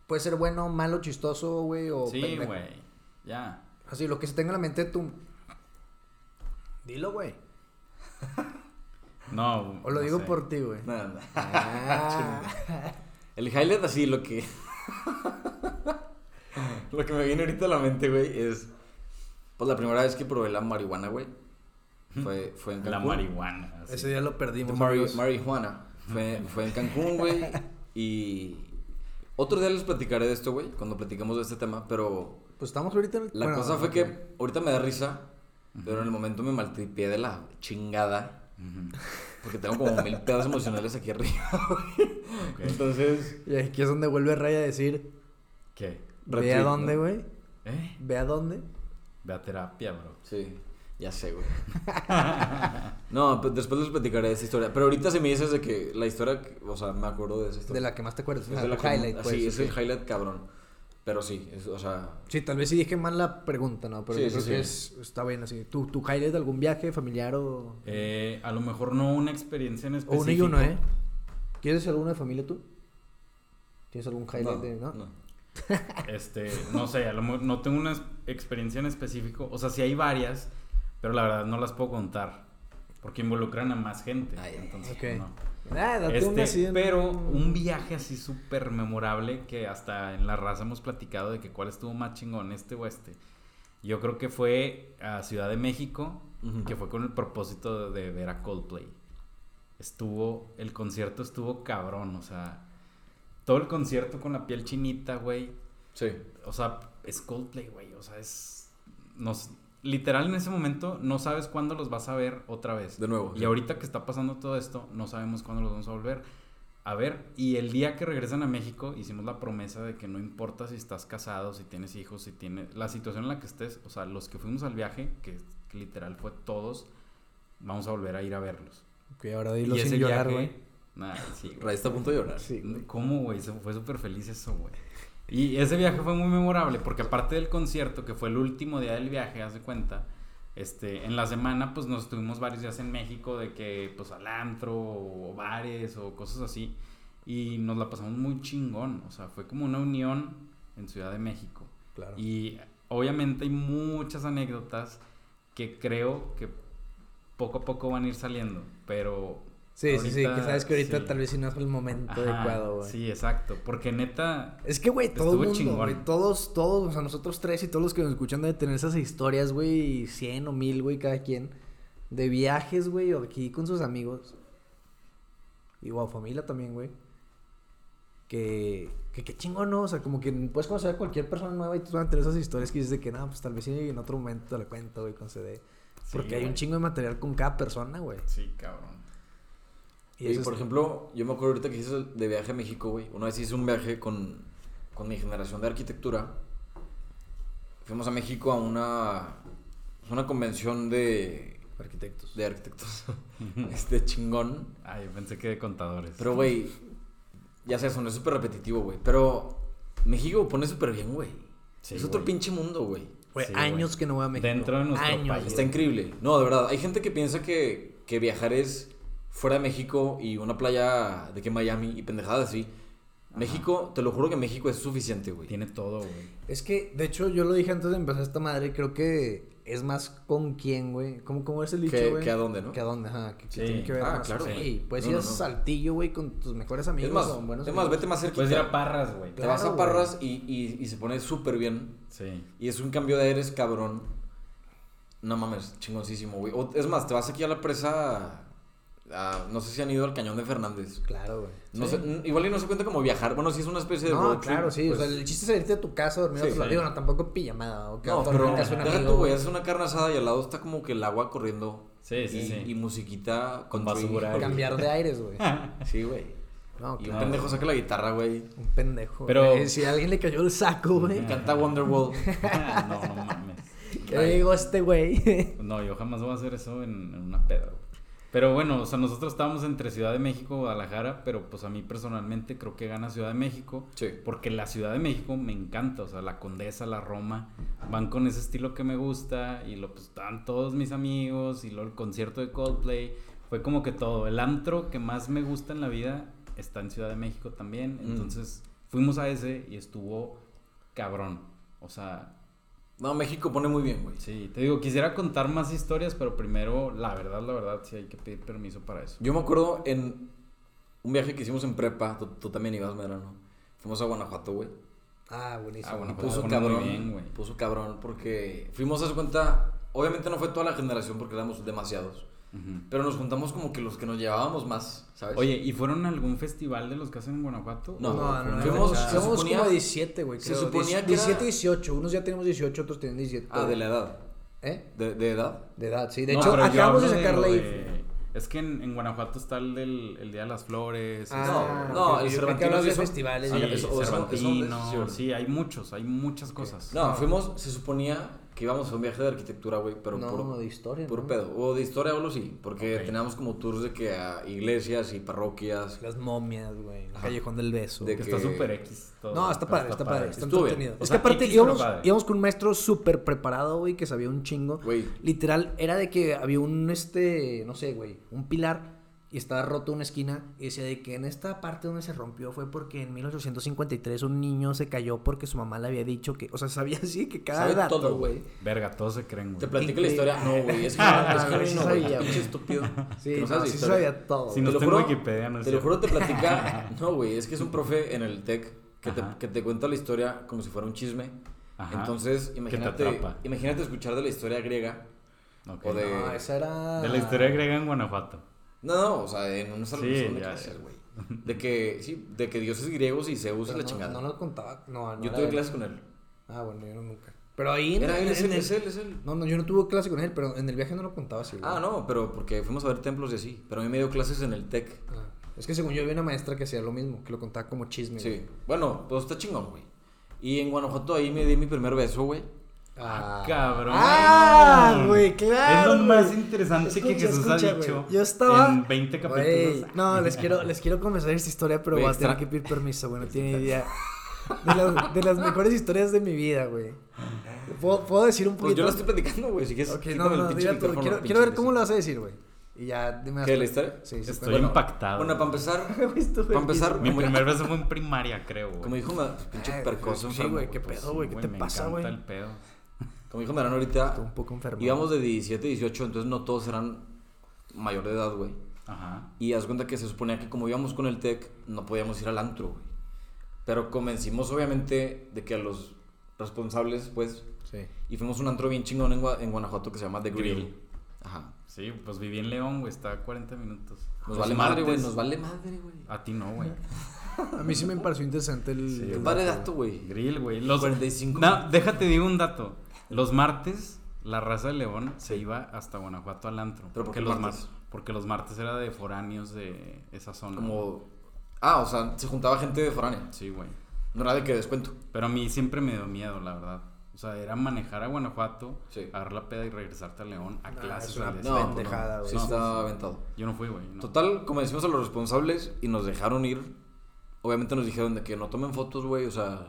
A: Puede ser bueno, malo, chistoso, güey, o.
C: Sí,
A: pendejo.
C: güey. Ya.
A: Así, lo que se tenga en la mente tú. Dilo, güey.
C: No.
A: O lo
C: no
A: digo
C: sé.
A: por ti, güey.
B: Nada, nada.
A: Ah.
B: El highlight así, lo que... lo que me viene ahorita a la mente, güey, es... Pues la primera vez que probé la marihuana, güey. Fue, fue en Cancún.
C: La marihuana. así.
A: Ese día lo perdimos.
B: Mari-
A: amigos.
B: marihuana. Fue, fue en Cancún, güey. Y otro día les platicaré de esto, güey, cuando platicamos de este tema. Pero
A: Pues estamos ahorita en el-
B: la
A: bueno,
B: cosa fue
A: ok.
B: que ahorita me da risa, pero en el momento me maltripié de la chingada.
C: Ujú.
B: Porque tengo como mil pedos emocionales aquí arriba, güey.
C: Ok.
B: Entonces,
A: Y aquí es donde vuelve Ray a decir:
C: ¿Qué?
A: Ve a
B: Retweet,
A: dónde,
B: ¿no?
A: güey.
C: ¿Eh?
A: Ve a dónde.
C: Ve a terapia, bro.
B: sí, ya sé, güey. No, pues después les platicaré de esa historia. Pero ahorita si me dices de que la historia, que- o sea, me acuerdo de esa historia.
A: De la que más te acuerdas.
B: Es
A: ah,
B: de la
A: tu
B: que-
A: highlight,
B: ah,
A: pues.
B: Sí, es
A: ok.
B: el highlight cabrón. Pero sí, es- o sea,
A: Sí, tal vez sí dije mal la pregunta, ¿no? Pero
B: Sí,
A: yo
B: sí,
A: creo
B: sí.
A: que es, está bien así. ¿Tu, ¿Tu highlight de algún viaje familiar o.?
C: Eh, a lo mejor no una experiencia en
A: O
C: específico.
A: uno y uno, ¿eh? ¿Quieres alguno de familia tú? ¿Tienes algún highlight de.? ¿no?
C: Este, no sé, a lo mejor no tengo una es- experiencia en específico. O sea, sí hay varias, pero la verdad no las puedo contar. Porque involucran a más gente.
B: Ay, ay,
C: entonces,
A: ok.
C: no.
A: Ah, date un
C: Este,
A: así en-
C: pero un viaje así súper memorable que hasta en la raza hemos platicado de que cuál estuvo más chingón, este o este. Yo creo que fue a Ciudad de México,
B: Ujú.
C: que fue con el propósito de ver a Coldplay. Estuvo, el concierto estuvo cabrón, o sea, todo el concierto con la piel chinita, güey.
B: Sí.
C: O sea, es Coldplay, güey, o sea, es... Nos, literal en ese momento no sabes cuándo los vas a ver otra vez.
B: De nuevo.
C: Y ahorita que está pasando todo esto, no sabemos cuándo los vamos a volver a ver. Y el día que regresan a México, hicimos la promesa de que no importa si estás casado, si tienes hijos, si tienes. La situación en la que estés, o sea, los que fuimos al viaje, que literal fue todos, vamos a volver a ir a verlos.
A: Ok, ahora dilo sin
C: viaje-
A: llorar, güey.
C: Nah, sí, güey.
B: Ray está a punto de llorar.
A: Sí.
C: ¿Cómo, güey? Se- Fue súper feliz eso, güey. Y ese viaje fue muy memorable porque aparte del concierto, que fue el último día del viaje, haz de cuenta, este, en la semana pues nos estuvimos varios días en México de que pues al antro o bares o cosas así y nos la pasamos muy chingón, o sea, fue como una unión en Ciudad de México.
A: Claro.
C: Y obviamente hay muchas anécdotas que creo que poco a poco van a ir saliendo, pero...
A: Sí, sí, sí, que sabes que ahorita
C: sí.
A: tal vez sí no es el momento
C: Ajá,
A: adecuado, güey.
C: Sí, exacto. Porque neta.
A: Es que, güey, todo el
C: Estuvo
A: mundo,
C: chingón.
A: güey, todos, todos, o sea, nosotros tres y todos los que nos escuchan deben tener esas historias, güey, cien o mil, güey, cada quien, de viajes, güey, o aquí con sus amigos. Y, wow, familia también, güey. Que, que, qué chingón, ¿no? O sea, como que puedes conocer a cualquier persona nueva y tú van a tener esas historias que dices de que, no, pues tal vez sí en otro momento te la cuento, güey, con CD.
C: sí,
A: Porque hay
C: güey.
A: un chingo de material con cada persona, güey.
C: Sí, cabrón.
A: Y
B: Y
A: eso
B: por
A: es-
B: ejemplo, yo me acuerdo ahorita que hice de viaje a México, güey. Una vez hice un viaje con, con mi generación de arquitectura. Fuimos a México a una, pues, una convención de,
A: Arquitectos.
B: de arquitectos. este chingón.
C: Ay, Ah, yo pensé que de contadores.
B: Pero, güey, ya sé, soné súper repetitivo, güey. Pero México pone súper bien, güey.
C: Sí,
B: es otro
C: güey.
B: pinche mundo, güey.
A: Güey,
C: Sí,
A: años
C: güey.
A: que no voy a México.
C: Dentro de nuestro
A: años,
C: país.
A: güey.
B: Está increíble. No, de verdad. Hay gente que piensa que, que viajar es fuera de México y una playa de que Miami y pendejadas así. México, te lo juro que México es suficiente, güey.
C: Tiene todo, güey.
A: Es que, de hecho, yo lo dije antes de empezar esta madre, creo que es más con quién, güey. ¿Cómo, cómo es el dicho,
B: Que-
A: güey?
B: que a dónde, ¿no?
A: Que a dónde, ajá. Que, que
C: Sí.
A: tiene que ver
B: Ah,
A: más.
B: claro,
A: Sí,
B: güey.
A: puedes
B: No,
A: ir
B: no,
A: a
B: no.
A: Saltillo, güey, con tus mejores amigos.
B: Es más,
A: o buenos
B: es más,
A: amigos.
B: vete más cerquita.
C: Puedes ir a Parras, güey.
B: Te vas
A: Claro,
B: a Parras y, y, y se pone súper bien.
C: Sí.
B: Y es un cambio de aires cabrón. No mames, chingoncísimo, güey. O- Es más, te vas aquí a la presa. a- no sé si han ido al cañón de Fernández.
A: Claro, güey.
B: No sé,
C: Sí.
B: n- igual y no se cuenta como viajar. Bueno, sí es una especie de.
A: No,
B: road trip,
A: claro, sí.
B: pues.
A: o sea, el chiste es salirte de tu casa, dormir
B: Sí,
A: a tu lado.
C: sí.
A: Digo, no, tampoco pijamada. O que
B: No,
A: dormir
B: pero
A: en casa de un
B: deja
A: amigo,
B: tú, güey, es una carne asada y al lado está como que el agua corriendo.
C: Sí, sí,
B: y,
C: sí.
B: Y musiquita con
C: basura.
A: Cambiar de aires, güey.
B: Sí, güey.
A: No,
B: Y un
A: claro.
B: pendejo saca la guitarra, güey.
A: Un pendejo.
C: Pero-
A: güey. Si a alguien le cayó el saco, güey.
C: Ajá.
B: Canta Wonderwall.
C: Ah, no, no mames.
A: ¿Qué le digo a este güey?
C: No, yo jamás voy a hacer eso en, en una peda, güey. Pero bueno, o sea, nosotros estábamos entre Ciudad de México y Guadalajara, pero pues a mí personalmente creo que gana Ciudad de México.
B: Sí.
C: Porque la Ciudad de México me encanta, o sea, la Condesa, la Roma, van con ese estilo que me gusta y lo pues están todos mis amigos y luego el concierto de Coldplay, fue como que todo, el antro que más me gusta en la vida está en Ciudad de México también,
B: Mm.
C: entonces fuimos a ese y estuvo cabrón, o sea,
B: No, México pone muy bien, güey.
C: Sí, te digo, quisiera contar más historias, pero primero, la verdad, la verdad, sí hay que pedir permiso para eso.
B: Yo me acuerdo en un viaje que hicimos en prepa, tú, tú también ibas, Medrano. Fuimos a Guanajuato, güey.
A: Ah, buenísimo.
C: Ah, bueno,
B: Y
C: pues,
B: puso
C: pone muy
B: cabrón,
C: bien, güey.
B: puso cabrón, porque fuimos a su cuenta, obviamente no fue toda la generación porque éramos demasiados,
C: Ujú.
B: pero nos juntamos como que los que nos llevábamos más, ¿sabes?
C: Oye, ¿y fueron a algún festival de los que hacen en Guanajuato?
B: Pues No.
A: No, no, no.
B: Fuimos-
A: no,
B: se
A: somos
B: suponía-
A: como 17, güey.
B: se
A: creo.
B: suponía
A: Dieci-
B: que era-
A: 17, 18. Unos ya tenemos 18, otros tienen 17.
B: ah, de la edad,
A: ¿Eh?
B: de, de edad.
A: De edad, sí. De
C: No,
A: hecho,
C: pero yo
A: acabamos de
C: hablo
A: sacar
C: lo
A: la IF.
C: de- Es que en, en Guanajuato está el del el Día de las Flores.
A: Ah,
B: no, no,
A: ok, yo creo
B: el
A: que
B: Cervantino
A: hablas de
B: hizo-
A: festivales.
C: este,
B: Ah,
A: y-
B: ya, eso- eso- eso-
C: Cervantino,
B: eso-
C: sí, hay muchos, hay muchas cosas.
B: No, fuimos, se suponía que íbamos a un viaje de arquitectura, güey, pero
A: no,
B: puro,
A: de historia.
B: puro
A: ¿no?
B: pedo, o de historia o algo así, porque
C: Ok.
B: teníamos como tours de que a iglesias y parroquias.
A: Las momias, güey. El Callejón del Beso.
B: De
C: que está
B: que-
C: súper X. todo,
A: No, está padre, está padre. Está
B: Estuvo bien.
A: entretenido.
C: O
A: Es que
C: sea,
A: aparte
C: X, pero
A: íbamos,
C: padre.
A: íbamos con un maestro súper preparado, güey, que sabía un chingo.
B: Güey.
A: Literal, era de que había un, este, no sé, güey, un pilar y estaba roto una esquina y decía de que en esta parte donde se rompió fue porque en 1853 un niño se cayó porque su mamá le había dicho que, o sea, sabía así que cada
B: Sabe
A: dato,
B: todo,
A: güey.
B: güey.
C: Verga, todos se creen,
B: Te
C: güey.
B: platico la
A: Increíble.
B: historia. No, güey, es que
A: Ah,
B: es
A: güey, sí
B: genuino, güey,
A: sabía,
B: pinche
A: güey.
B: estúpido.
A: Sí,
B: que
A: no,
B: sabes la
A: sí
B: historia.
A: sabía todo.
C: Si
B: Te
C: no
B: lo
C: está en
B: juro-
C: Wikipedia, no es
B: Te lo
C: cierto.
B: juro, te platica. No, güey, es que es un profe en el TEC que te,
C: Ajá.
B: que te cuenta la historia como si fuera un chisme.
C: Ajá.
B: Entonces,
C: Que te
B: imagínate,
C: atrapa.
B: imagínate escuchar de la historia griega.
C: Ok.
B: o de- Ah.
A: No, esa era...
C: De la historia griega en Guanajuato.
B: No, no, o sea, en un salón
C: Sí,
B: salón de
C: ya,
B: clases,
C: ya.
B: güey. De que, sí, de que dioses griegos y Zeus
A: Pero
B: es
A: no,
B: la chingada.
A: No lo contaba. No, no
B: Yo
A: era
B: tuve
A: él.
B: clases con él.
A: Ah, bueno, yo no nunca. Pero ahí... en-
B: Era él, es
A: en
B: él,
A: el-
B: es él, es él.
A: No, no, yo no tuve clase con él, pero en el viaje no lo contaba así, güey.
B: Ah, no, pero porque fuimos a ver templos y así. Pero a mí me dio clases en el TEC.
A: Ah, Es que según yo había una maestra que hacía lo mismo, que lo contaba como chisme.
B: Sí.
A: güey.
B: Bueno, pues está chingón, güey. Y en Guanajuato ahí me di mi primer beso, güey.
C: Ah, cabrón.
A: Ah, güey, claro.
C: Es lo más
A: güey.
C: interesante
A: Escucha,
C: que Jesús ha
A: escucha, güey.
C: dicho.
A: Yo estaba
C: En 20 capítulos.
A: Güey, no, les quiero les quiero comenzar esta historia, pero
B: Güey,
A: voy a tener
B: extra-
A: que pedir permiso, güey, no tiene idea. De las, de las mejores historias de mi vida, güey. ¿Puedo, puedo decir un
B: Pues
A: poquito?
B: yo la estoy platicando, güey. Si quieres,
A: Ok, no,
B: quítame
A: no,
B: el pinche
A: dila tú,
B: micrófono,
A: Quiero,
B: pinche
A: quiero ver cómo
B: imbécil.
A: lo vas a decir, güey. Y ya, dime
B: ¿Qué,
A: hasta-
B: la historia?
A: Sí, sí,
C: Estoy
A: cuéntame.
C: impactado.
B: Bueno, para empezar,
A: Güey, estuvo
B: para empezar,
A: buenísimo.
C: Mi
B: como-
C: primer beso fue en primaria, creo. güey.
B: como dijo una pinche
A: Ay,
B: percoso
A: Eh, sí,
B: enfermo,
A: güey, qué
B: pues,
A: pedo, güey, ¿qué te
C: me
A: pasa,
C: encanta
A: güey?
C: el pedo.
B: Como dijo Merano ahorita,
A: Estuvo un poco enfermo.
B: íbamos de 17, 18, entonces no todos eran mayor de edad, güey.
C: Ajá.
B: Y haz cuenta que se suponía que como íbamos con el TEC, no podíamos ir al antro, güey. Pero convencimos, obviamente, de que a los responsables, pues,
A: Sí.
B: y fuimos a un antro bien chingón en, Gua- en Guanajuato que se llama The Grill.
C: Grill.
B: Ajá.
C: Sí, pues viví en León, güey, estaba a 40 minutos.
B: Nos
C: Los
B: vale madre, güey,
C: Pues martes.
B: nos vale madre, güey.
C: A ti no, güey.
A: A mí sí me pareció interesante el.
C: Sí,
A: el
B: Qué
C: güey.
B: padre
A: dato,
B: dato, güey.
C: Grill, güey. Los...
B: 45.
C: No, déjate digo un dato. Los martes, la raza de León se iba hasta Guanajuato al antro.
B: ¿Pero por
C: Porque
B: qué
C: los
B: martes?
C: mar- Porque los martes era de foráneos de esa zona.
B: Como. Ah, o sea, se juntaba gente de foránea.
C: Sí, güey.
B: No era de que descuento.
C: Pero a mí siempre me dio miedo, la verdad. O sea, era manejar a Guanajuato,
B: Sí.
C: agarrar la peda y regresarte a León a
A: Ah,
C: clases.
A: es una
C: al día
A: No,
C: siguiente.
A: pendejada, güey.
B: Sí,
A: No,
B: estaba aventado.
C: pues, Yo no fui, güey. no.
B: Total, convencimos a los responsables y nos dejaron ir. Obviamente nos dijeron de que no tomen fotos, güey. O sea,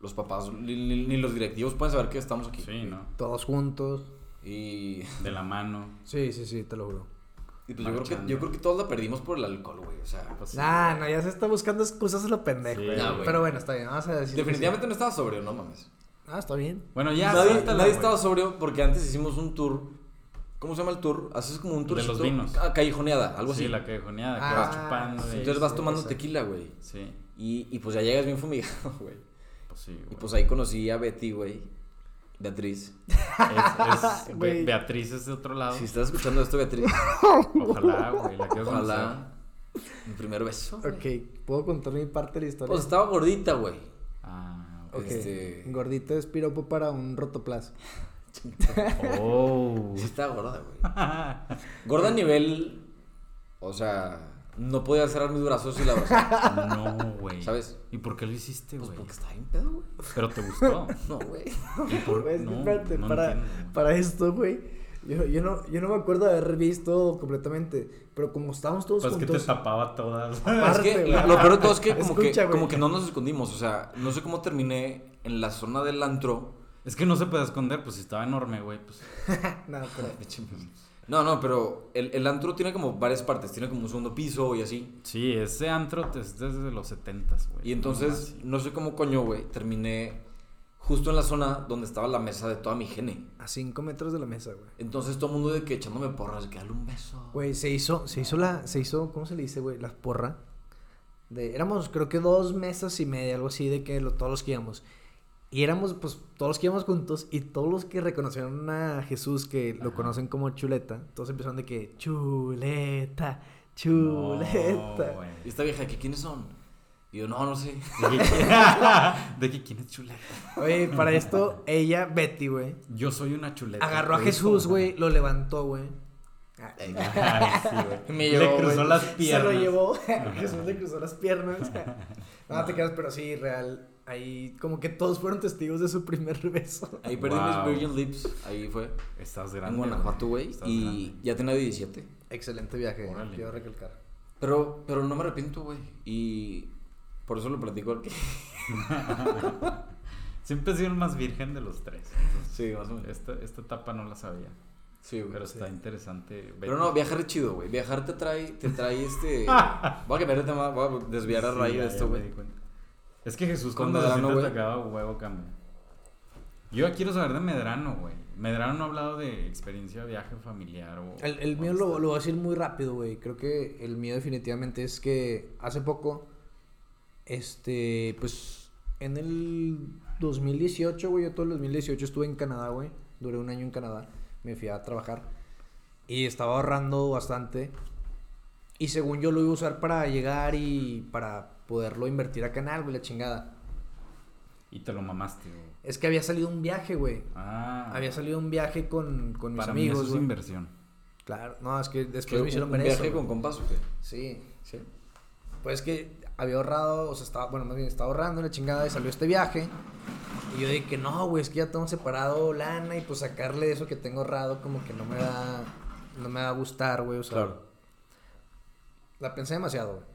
B: los papás ni, ni- ni los directivos pueden saber que estamos aquí.
C: Sí, ¿no?
A: Todos juntos.
B: Y,
C: De la mano.
A: Sí, sí, sí, te lo juro.
B: y pues yo creo, que, yo creo que todos la perdimos por el alcohol, güey. O sea,
C: Pues, sí.
A: Nah, no, ya se está buscando excusas a lo pendejo.
C: Sí,
A: güey.
B: ya, güey.
A: Pero bueno, está bien, vamos a decir. que
B: definitivamente no estaba sobrio, no mames.
A: sí. Ah, está bien.
C: Bueno, ya,
B: nadie
C: suéltala,
B: nadie
C: güey.
B: estaba sobrio porque antes hicimos un tour. ¿Cómo se llama el tour? Haces como un
C: De
B: tour. Ah,
C: los vinos.
B: Callejoneada, algo
C: Sí,
B: así.
C: la quejoneada, que
A: Ah,
C: vas chupando.
A: sí,
C: y-
B: Entonces vas
A: sí,
B: tomando
A: sí.
B: tequila, güey.
C: Sí,
B: Y, y pues ya llegas bien fumigado, güey.
C: pues sí,
B: Y
C: güey.
B: pues ahí conocí a Betty, güey. Beatriz.
C: Es- es-
A: Güey.
C: Be- Beatriz es de otro lado.
B: Si estás escuchando esto, Beatriz,
C: Ojalá, güey, la quiero conocer.
B: ojalá. Mi primer beso. güey.
A: Ok, ¿puedo contar mi parte de la historia?
B: Pues estaba gordita, güey.
C: Ah,
A: ok.
B: este-
A: Gordito es piropo para un rotoplazo.
C: ok. Oh.
B: Sí, estaba gorda, güey. Gorda a nivel. O sea, no podía cerrar mis brazos y la abrazaba.
C: No, güey.
B: ¿Sabes?
C: ¿Y por qué lo hiciste,
B: Pues
C: güey?
B: porque estaba bien pedo, güey.
C: Pero te gustó.
B: No, güey.
C: ¿Y por-
A: Güey,
C: no,
A: espérate,
C: no
A: para,
C: entiendo.
A: para esto, güey. Yo, yo, no, yo no me acuerdo de haber visto completamente, pero como estábamos todos
C: Pues que te
A: juntos...
C: tapaba todas.
B: Es
A: aparte,
B: que
A: güey.
B: lo peor de todo es que como,
A: Escucha,
B: que,
A: güey.
B: como que no nos escondimos. O sea, no sé cómo terminé en la zona del antro.
C: Es que no se puede esconder, pues si estaba enorme, güey. Pues
A: No, pero-
B: No, no, pero el, el antro tiene como varias partes. Tiene como un segundo piso y así.
C: sí, ese antro te- es desde los 70, güey.
B: Y entonces, no sé cómo coño, güey, terminé justo en la zona donde estaba la mesa de toda mi gene.
A: a cinco metros de la mesa, güey.
B: Entonces todo el mundo de que echándome porras, de que dale un beso.
A: Güey, se hizo, se hizo la, se hizo, ¿cómo se le dice, güey? La porra. De, éramos, creo que dos mesas y media, algo así, de que lo- todos los que íbamos. Y éramos, pues, todos los que íbamos juntos y todos los que reconocieron a Jesús, que lo
C: Ajá.
A: conocen como Chuleta, todos empezaron de que, Chuleta,
C: No,
A: Chuleta.
C: güey.
B: Y esta vieja, ¿qué quiénes son? Y yo, no, no sé.
C: De que- de que quién es chuleta.
A: Oye, para esto, ella, Betty, güey,
C: Yo soy una chuleta.
A: agarró a
C: ¿qué hizo?
A: Jesús, güey, lo levantó, güey. Ah,
C: Ay, sí, güey.
B: Me llevó,
C: Le cruzó
B: güey.
C: las
A: Se
C: piernas.
A: lo llevó. Jesús le cruzó las piernas. no te creas, pero sí, real. Ahí, como que todos fueron testigos de su primer beso.
B: Ahí perdí
C: Wow.
B: mis Virgin Lips, ahí fue.
C: Estás
B: en
C: grande.
B: Guanajuato, güey.
C: Estás
B: Y
C: grande.
B: ya tenía 17.
A: Excelente viaje,
C: Órale.
A: quiero recalcar.
B: Pero, pero no me arrepiento, güey. Y por eso lo platico aquí.
C: Siempre he sido el más virgen de los tres.
B: Sí, más o menos.
C: Esta, esta etapa no la sabía.
B: Sí, güey. Pero,
C: Pero está interesante. ver-
B: no, viajar es chido, güey. Viajar te trae, te trae este. voy a cambiar de tema, voy a desviar a
C: Sí,
B: raíz
C: ya-
B: de
C: ya
B: esto,
C: me
B: güey.
C: di cuenta. Es que Jesús
B: Con
C: cuando se
B: Medrano,
C: siente
B: güey.
C: atacado, huevo cambia. Yo ya quiero saber de Medrano, güey. Medrano no ha hablado de experiencia, viaje familiar o...
A: El, el
C: o
A: mío lo,
C: amistad.
A: lo voy a decir muy rápido, güey. Creo que el mío definitivamente es que hace poco, este, pues, en el 2018, güey, yo todo el 2018 estuve en Canadá, güey. Duré un año en Canadá, me fui a trabajar y estaba ahorrando bastante. Y según yo lo iba a usar para llegar y para poderlo invertir a canal, güey, la chingada.
C: Y te lo mamaste, güey.
A: Es que había salido un viaje, güey.
C: Ah.
A: Había salido un viaje con, con mis
C: Para mí eso
A: amigos,
C: es
A: güey.
C: inversión.
A: Claro, no, es que
B: Que
A: después me
B: un,
A: hicieron
B: un
A: ver eso,
B: viaje
A: güey.
B: con compás, ¿o qué?
A: Sí.
B: Sí.
A: Pues que había ahorrado, o sea, estaba, bueno, más bien estaba ahorrando la chingada y salió este viaje. Y yo dije, no, güey, es que ya tengo separado lana y pues sacarle eso que tengo ahorrado como que no me va, no me va a gustar, güey, o sea.
B: Claro.
A: La pensé demasiado, güey.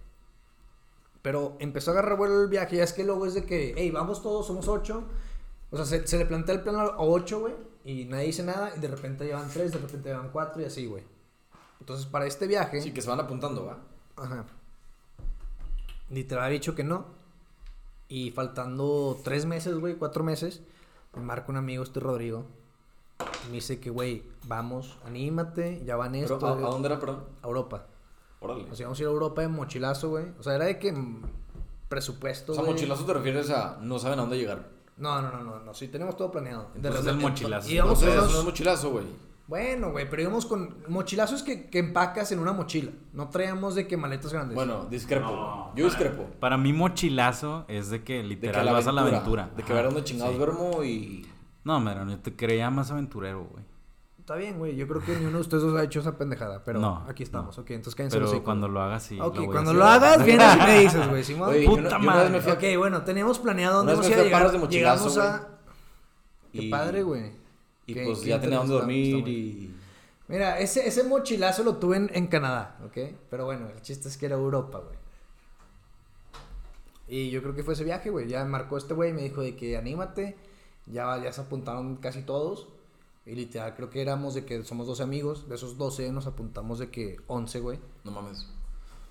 A: Pero empezó a agarrar vuelo el viaje. Ya es que luego es de que, hey, vamos todos, somos ocho. O sea, se, se le plantea el plan a ocho, güey. Y nadie dice nada. Y de repente llevan tres, de repente llevan cuatro y así, güey. Entonces, para este viaje...
B: Sí, que se van apuntando, ¿va?
A: Ajá. Literal había dicho que no. Y faltando tres meses, güey, cuatro meses, me marca un amigo, este Rodrigo. y Me dice que, güey, vamos, anímate, ya van
B: Pero,
A: esto.
B: ¿a, a dónde era, perdón?
A: A Europa.
B: Órale.
A: O sea, íbamos a ir a Europa de mochilazo, güey. O sea, era de que mm, presupuesto.
B: O sea,
A: güey.
B: mochilazo te refieres a no saben a dónde llegar.
A: No, no, no, no, no. Sí, tenemos todo planeado. De
C: Entonces,
A: repente-
C: el mochilazo.
A: íbamos
B: Entonces,
A: con
B: eso no
A: unos-
B: es mochilazo, güey.
C: Pues
A: Bueno, güey, pero íbamos con mochilazos que, que empacas en una mochila. No traíamos de que maletas grandes.
B: Bueno, discrepo.
C: No,
B: Yo discrepo.
C: Para mí mochilazo es de que
B: De
C: literal
B: que la
C: vas a la aventura.
B: De que
C: Ajá,
B: ver dónde chingados
C: sí.
B: duermo y.
C: No, Medrano, yo te creía más aventurero, güey.
A: Está bien, güey. Yo creo que ni uno de ustedes dos ha hecho esa pendejada, pero
C: No,
A: aquí estamos.
C: no.
A: Ok, entonces cállense
C: Pero
A: los hocico.
C: cuando lo hagas, sí.
A: Ok,
C: voy a
A: cuando
C: hacer.
A: lo hagas, vienes y me dices, güey. Simón.
B: Oye, yo,
C: puta
B: no- yo una
C: madre.
B: vez me fui a-
A: ok, bueno, teníamos planeado
B: Una
A: dónde
B: vez
A: íbamos a
B: me fui a
A: llegar.
B: Parras de mochilazo,
A: Llegamos a... Qué
B: y-
A: padre, güey.
B: Y
A: Qué-
B: pues
A: qué
B: ya tenía dónde
A: interesante está,
B: dormir
A: güey.
B: y.
A: Mira, ese, ese mochilazo lo tuve en, en Canadá, ¿ok? Pero bueno, el chiste es que era Europa, güey. Y yo creo que fue ese viaje, güey. Ya me marcó este güey y me dijo de que anímate. Ya, ya se apuntaron casi todos. Y literal, creo que éramos de que somos 12 amigos. De esos 12 nos apuntamos de que 11, güey.
B: No mames.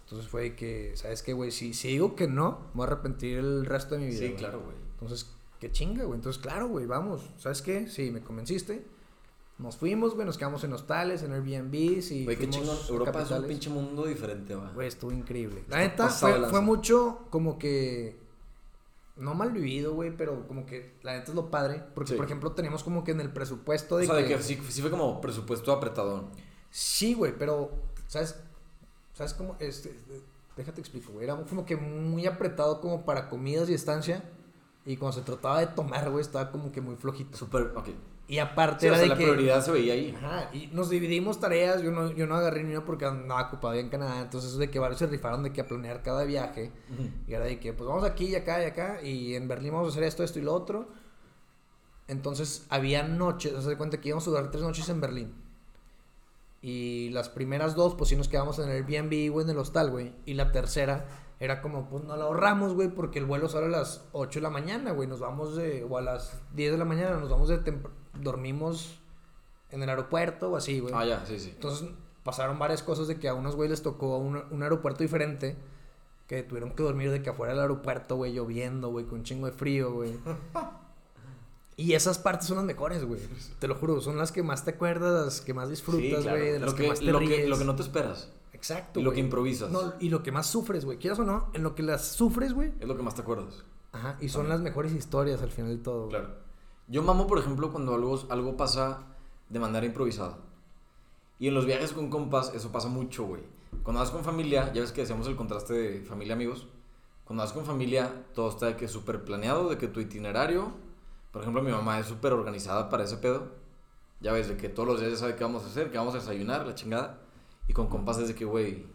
A: Entonces fue de que, ¿sabes qué, güey? Si, si digo que no, me voy a arrepentir el resto de mi vida.
B: Sí,
A: güey.
B: claro, güey.
A: Entonces, Qué chinga, güey. Entonces, claro, güey, vamos. ¿Sabes qué? Sí, me convenciste. Nos fuimos, güey, nos quedamos en hostales, en Airbnbs y.
B: Güey, qué
A: fuimos
B: chingón. Europa es un
A: capitales.
B: pinche mundo diferente, va.
A: Güey, estuvo increíble. La
B: Está
A: neta,
B: pasado de
A: fue,
B: lanza.
A: fue mucho como que. No mal vivido, güey, pero como que la neta es lo padre. Porque,
B: Sí.
A: por ejemplo, teníamos como que en el presupuesto
B: O
A: de
B: sea, de
A: que-
B: que sí, sí fue como presupuesto apretadón.
A: Sí, güey, pero, ¿sabes? ¿Sabes cómo? Este, este, déjate explico, güey. Era como que muy apretado como para comidas y estancia. Y cuando se trataba de tomar, güey, estaba como que muy flojito.
B: Súper, ok.
A: Y aparte
B: Sí, o
A: era
B: sea,
A: de
B: la
A: que...
B: prioridad se veía ahí.
A: Ajá, y nos dividimos tareas, yo no, yo no agarré ni una porque andaba ocupado ya en Canadá, entonces de que varios se rifaron de que a planear cada viaje,
B: Ujú.
A: y era de que pues vamos aquí y acá y acá, y en Berlín vamos a hacer esto, esto y lo otro. Entonces había noches, o sea, de cuenta que íbamos a durar tres noches en Berlín. Y las primeras dos, pues sí nos quedamos en el Airbnb, güey, en el hostal, güey. Y la tercera era como, pues no la ahorramos, güey, porque el vuelo sale a las 8 de la mañana, güey. Nos vamos de, o a las 10 de la mañana, nos vamos de, tempr- dormimos en el aeropuerto o así, güey.
B: Ah, ya, sí, sí.
A: Entonces pasaron varias cosas de que a unos güey les tocó un, un aeropuerto diferente. Que tuvieron que dormir de que afuera del aeropuerto, güey, lloviendo, güey, con un chingo de frío, güey. Y esas partes son las mejores, güey. Te lo juro, son las que más te acuerdas, las que más disfrutas,
B: Sí,
A: güey,
B: claro.
A: de las
B: lo
A: que,
B: que,
A: más te
B: lo
A: ríes.
B: que, lo que no te esperas
A: Exacto,
B: y lo
A: güey.
B: que improvisas.
A: No, y lo que más sufres, güey. Quieras o no, en lo que las sufres, güey.
B: es lo que más te acuerdas.
A: Ajá, y son las mejores historias al final de todo. güey.
B: Claro. Yo mamo, por ejemplo, cuando algo, algo pasa de manera improvisada. Y en los viajes con compas, eso pasa mucho, güey. Cuando vas con familia, ya ves que decíamos el contraste de familia-amigos. Cuando vas con familia, todo está de que súper planeado, de que tu itinerario. Por ejemplo, mi mamá es súper organizada para ese pedo. Ya ves, de que todos los días ya sabe qué vamos a hacer, qué vamos a desayunar, la chingada. Y con compas es de que, güey,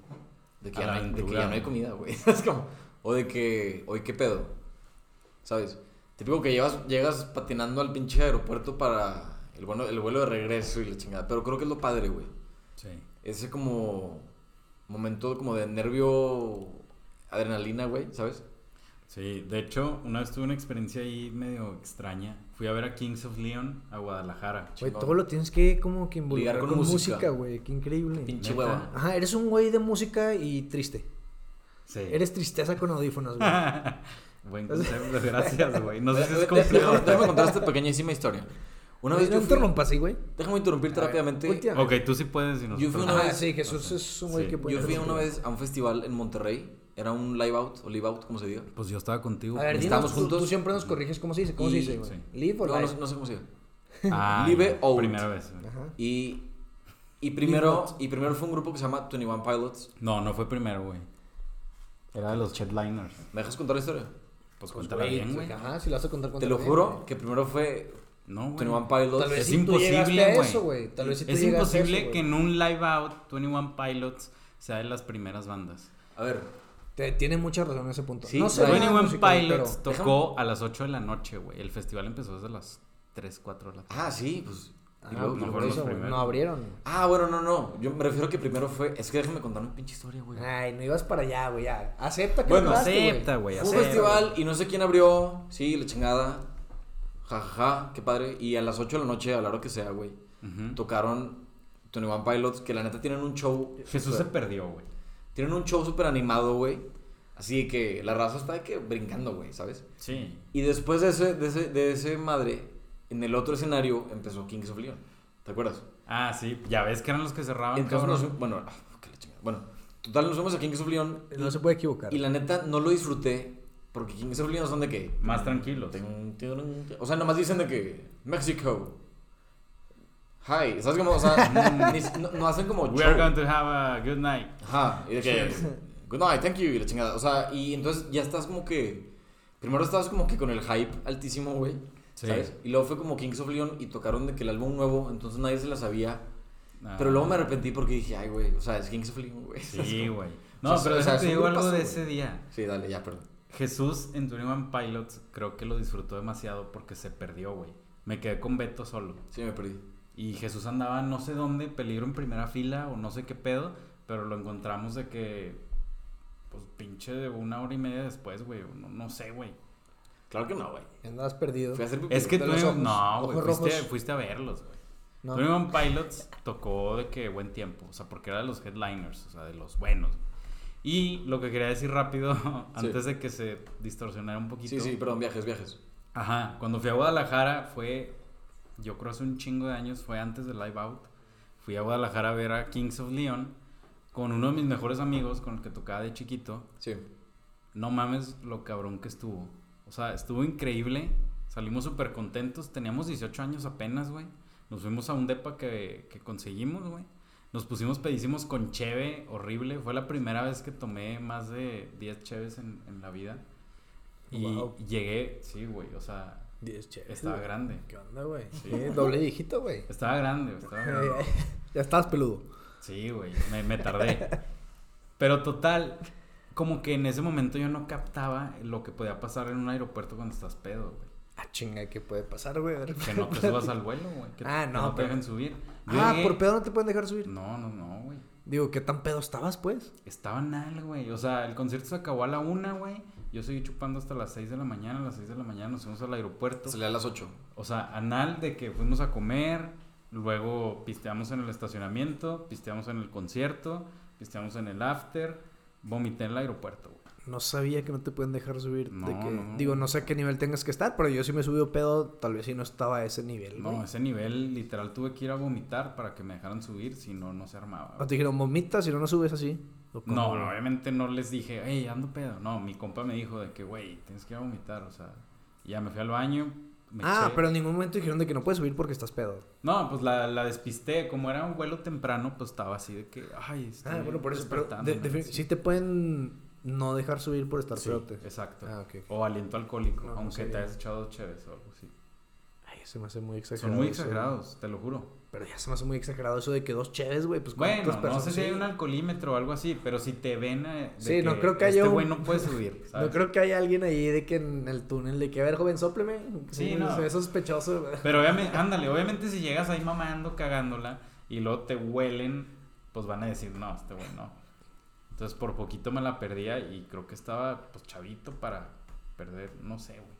B: de que,
C: A
B: ya no,
C: la
B: hay, de que
C: aventura,
B: ya no hay
C: ¿no?
B: comida, güey. es como, o de que, hoy qué pedo, ¿sabes? Típico que llevas, llegas patinando al pinche aeropuerto para el, bueno, el vuelo de regreso y la chingada. Pero creo que es lo padre, güey.
C: Sí.
B: Ese como momento como de nervio, adrenalina, güey, ¿sabes?
C: Sí, de hecho, una vez tuve una experiencia ahí medio extraña. Fui a ver a Kings of Leon a Guadalajara.
A: Güey,
B: chingón.
A: todo lo tienes que como que involucrar
B: con
A: con,
B: música.
A: música, güey. Qué increíble.
B: Pinche
C: ¿Neta?
B: hueva.
A: Ajá, eres un güey de música y triste.
C: Sí.
A: Eres tristeza con audífonos,
C: Ah.
A: güey.
C: Buen consejo, gracias, güey. No sé si es
B: Déjame-
C: complejo.
B: Déjame contar esta pequeñísima historia. Una vez
A: no
B: yo
A: te
B: fui-
A: rompas, sí, güey.
B: Déjame interrumpirte
A: A ver,
B: rápidamente.
A: voltea.
C: Ok, tú sí puedes y nosotros.
B: Yo fui una
C: no.
A: Ajá,
B: vez-
A: Ah, sí, Jesús es un güey
C: Sí.
A: que puede.
B: Yo fui una vez a un festival en Monterrey. Era un live out, o live out, como se diga.
C: Pues yo estaba contigo.
A: A ver,
C: pues.
A: dinos,
B: Estamos
A: tú-
B: juntos.
A: Tú, siempre nos corriges cómo se dice, cómo se
B: Y-
A: dice, güey.
C: sí.
A: Live o
B: No, no,
A: live.
B: sé- no sé cómo se diga.
C: Ah,
B: Live
C: ya,
B: Out.
C: Primera vez. güey.
A: Ajá.
B: Y, y primero,
A: Out.
B: y primero fue un grupo que se llama 21 Pilots.
C: No, no fue primero, güey. Era de los Chetliners.
B: ¿Me dejas contar la historia?
C: Pues
A: Pues,
C: cuéntala
A: güey,
C: bien, güey.
A: Ajá, si lo vas a contar con
B: Te lo juro que primero fue
C: No, güey.
B: 21
A: Tal
B: Pilots.
A: vez
C: Es
A: si tú llegaste
C: imposible,
A: a
C: güey.
A: eso, güey. Tal vez si tú
C: es
A: llegaste a
C: imposible
A: eso,
C: que
A: güey.
C: en un live out 21 Pilots sea de las primeras bandas.
B: A ver,
A: Te- tiene mucha razón en ese punto.
B: Sí,
A: no sé.
B: güey.
A: nada de
C: 21
A: música, güey,
C: Pilots
A: pero-
C: tocó a las 8 de la noche, güey. El festival empezó desde las 3, 4 de la tarde.
B: ah, sí, pues. y
A: Ah,
B: luego-
A: pues
C: no
A: por
C: fueron los
A: eso, güey. No
C: primeros.
A: abrieron.
B: Ah, bueno, no, no. Yo me refiero que primero fue. Es que déjame contar una pinche historia, güey.
A: Ay, no ibas para allá, güey. ya. Acepta que
B: Bueno,
A: no entraste,
C: acepta, güey,
B: Fue un
C: Cero.
B: festival y no sé quién abrió. Sí, la chingada. Jajaja, qué padre. Y a las 8 de la noche, a la hora que sea, güey,
C: Ujú.
B: tocaron 21 Pilots, que la neta tienen un show.
C: Jesús se perdió, güey.
B: Tienen un show súper animado, güey. Así que la raza está de que brincando, güey, ¿sabes?
C: Sí.
B: Y después de ese, de ese, de ese madre, en el otro escenario empezó Kings of Leon. ¿Te acuerdas?
C: Ah, sí. Ya ves que eran los que cerraban,
B: Entonces
C: cabrón.
B: nos- Bueno, ah, qué la chingada. Bueno, total, nos fuimos a Kings of Leon.
A: No se puede equivocar.
B: Y la neta, no lo disfruté. Porque Kings of Leon son de que.
C: Más tranquilos.
B: Tin, tin, tin. O sea, nomás dicen de que. México. Hi. ¿Sabes cómo? O sea, mm, ni- no, no hacen como.
C: We are
B: show.
C: going to have a good night.
B: Ajá, y de que,
C: Cheers.
B: good night, thank you, y la chingada. O sea, y entonces ya estás como que. Primero estabas como que con el hype altísimo, güey.
C: Sí.
B: ¿Sabes? Y luego fue como Kings of Leon y tocaron de que el álbum nuevo, entonces nadie se la sabía.
C: Ah.
B: Pero luego me arrepentí porque dije, ay, güey, o sea, es Kings of Leon, güey.
C: Sí, güey.
B: O
C: No,
B: sea,
C: pero
B: o sea,
C: déjame
B: es
C: te
B: un
C: digo algo
B: grupazo,
C: de
B: güey.
C: ese día.
B: Sí, dale, ya, perdón.
C: Jesús en 21 Pilots creo que lo disfrutó demasiado porque se perdió, güey. Me quedé con Beto solo.
B: Sí, me perdí.
C: Y Jesús andaba no sé dónde, peligro en primera fila o no sé qué pedo, pero lo encontramos de que, pues pinche de una hora y media después, güey. o No, no sé, güey.
B: Claro que no, güey.
A: Andabas perdido.
B: Fui a hacer pipí.
C: Es que
A: de
C: tú...
A: los ojos,
C: no, güey.
A: ojos
C: Fuiste,
A: rojos.
C: fuiste a verlos, güey.
A: No.
C: 21 Pilots tocó de que buen tiempo, o sea, porque era de los headliners, o sea, de los buenos. Y lo que quería decir rápido, antes de que se distorsionara un poquito,
B: Sí, sí, perdón, viajes, viajes.
C: Ajá, cuando fui a Guadalajara fue, yo creo hace un chingo de años, fue antes de Live Out. Fui a Guadalajara a ver a Kings of Leon con uno de mis mejores amigos, con el que tocaba de chiquito.
B: Sí.
C: No mames lo cabrón que estuvo. O sea, estuvo increíble. Salimos súper contentos. Teníamos 18 años apenas, güey. Nos fuimos a un depa que, que conseguimos, güey. Nos pusimos pedísimos con cheve, horrible. Fue la primera vez que tomé más de 10 cheves en, en la vida. Y
A: Wow.
C: llegué, sí, güey. O sea,
A: 10 chéveres.
C: estaba
A: güey.
C: grande.
A: ¿Qué onda, güey? Eh, Doble dígito, güey.
C: Estaba grande, güey, estaba grande.
A: ya estabas peludo.
C: Sí, güey, me, me tardé. Pero total, como que en ese momento yo no captaba lo que podía pasar en un aeropuerto cuando estás pedo, güey.
A: Ah, chinga, ¿qué puede pasar, güey? A ver.
C: Que no pues, te subas al vuelo, güey. Que,
A: Ah,
C: que
A: no,
C: no te
A: pero-
C: dejen subir. Yo
A: Ah,
C: llegué-
A: por pedo no te pueden dejar subir.
C: No, no, no, güey.
A: Digo, ¿qué tan pedo estabas, pues?
C: Estaba mal, güey. O sea, el concierto se acabó a la una, güey. Yo seguí chupando hasta las 6 de la mañana. A las 6 de la mañana nos fuimos al aeropuerto.
B: Salí a las 8.
C: O sea, anal de que fuimos a comer, luego pisteamos en el estacionamiento, pisteamos en el concierto, pisteamos en el after, vomité en el aeropuerto, güey.
A: No sabía que no te pueden dejar subir.
C: No,
A: de que-
C: no, no.
A: Digo, no sé a qué nivel tengas que estar, pero yo sí me subí a pedo, tal vez si no estaba a ese nivel, güey.
C: No, a ese nivel literal tuve que ir a vomitar para que me dejaran subir, si no, no se armaba.
A: O
C: güey.
A: Ah, te dijeron, vomita, si no, no subes así. ¿O cómo,
C: No,
A: güey?
C: no, obviamente no les dije, hey, ando pedo. No, mi compa me dijo de que, güey, tienes que ir a vomitar, o sea, y ya me fui al baño. Me
A: Ah,
C: eché-
A: pero en ningún momento dijeron de que no puedes subir porque estás pedo.
C: No, pues la, la despisté, como era un vuelo temprano, pues estaba así de que, ay, estoy
A: ah, bueno, por eso. Pero
C: despertándome",
A: de- de-
C: así.
A: sí te pueden no dejar subir por estar
C: Sí,
A: pedote.
C: exacto.
A: Ah, ok, ok.
C: O aliento alcohólico,
A: No, no
C: aunque te
A: sabía.
C: hayas echado chéves o algo así.
A: Ay, se me hace muy exagerado.
C: Son muy
A: eso,
C: exagerados, te lo juro.
A: güey. pero ya se me hace muy exagerado eso de que dos cheves, güey. Pues
C: Bueno,
A: ¿cuántas
C: no
A: personas?
C: sé si hay
A: Sí.
C: un alcoholímetro o algo así, pero si te ven eh, de
A: Sí, no creo que
C: este
A: haya un-
C: güey no puede subir, ¿sabes?
A: No creo que haya alguien ahí de que en el túnel de que, a ver, joven, sopleme.
C: Sí,
A: Sí,
C: no.
A: no. Se ve sospechoso. güey.
C: Pero obviamente, ándale, obviamente si llegas ahí mamando, cagándola, y luego te huelen, pues van a decir, no, este güey no. Entonces por poquito me la perdía y creo que estaba pues chavito para perder, no sé, güey.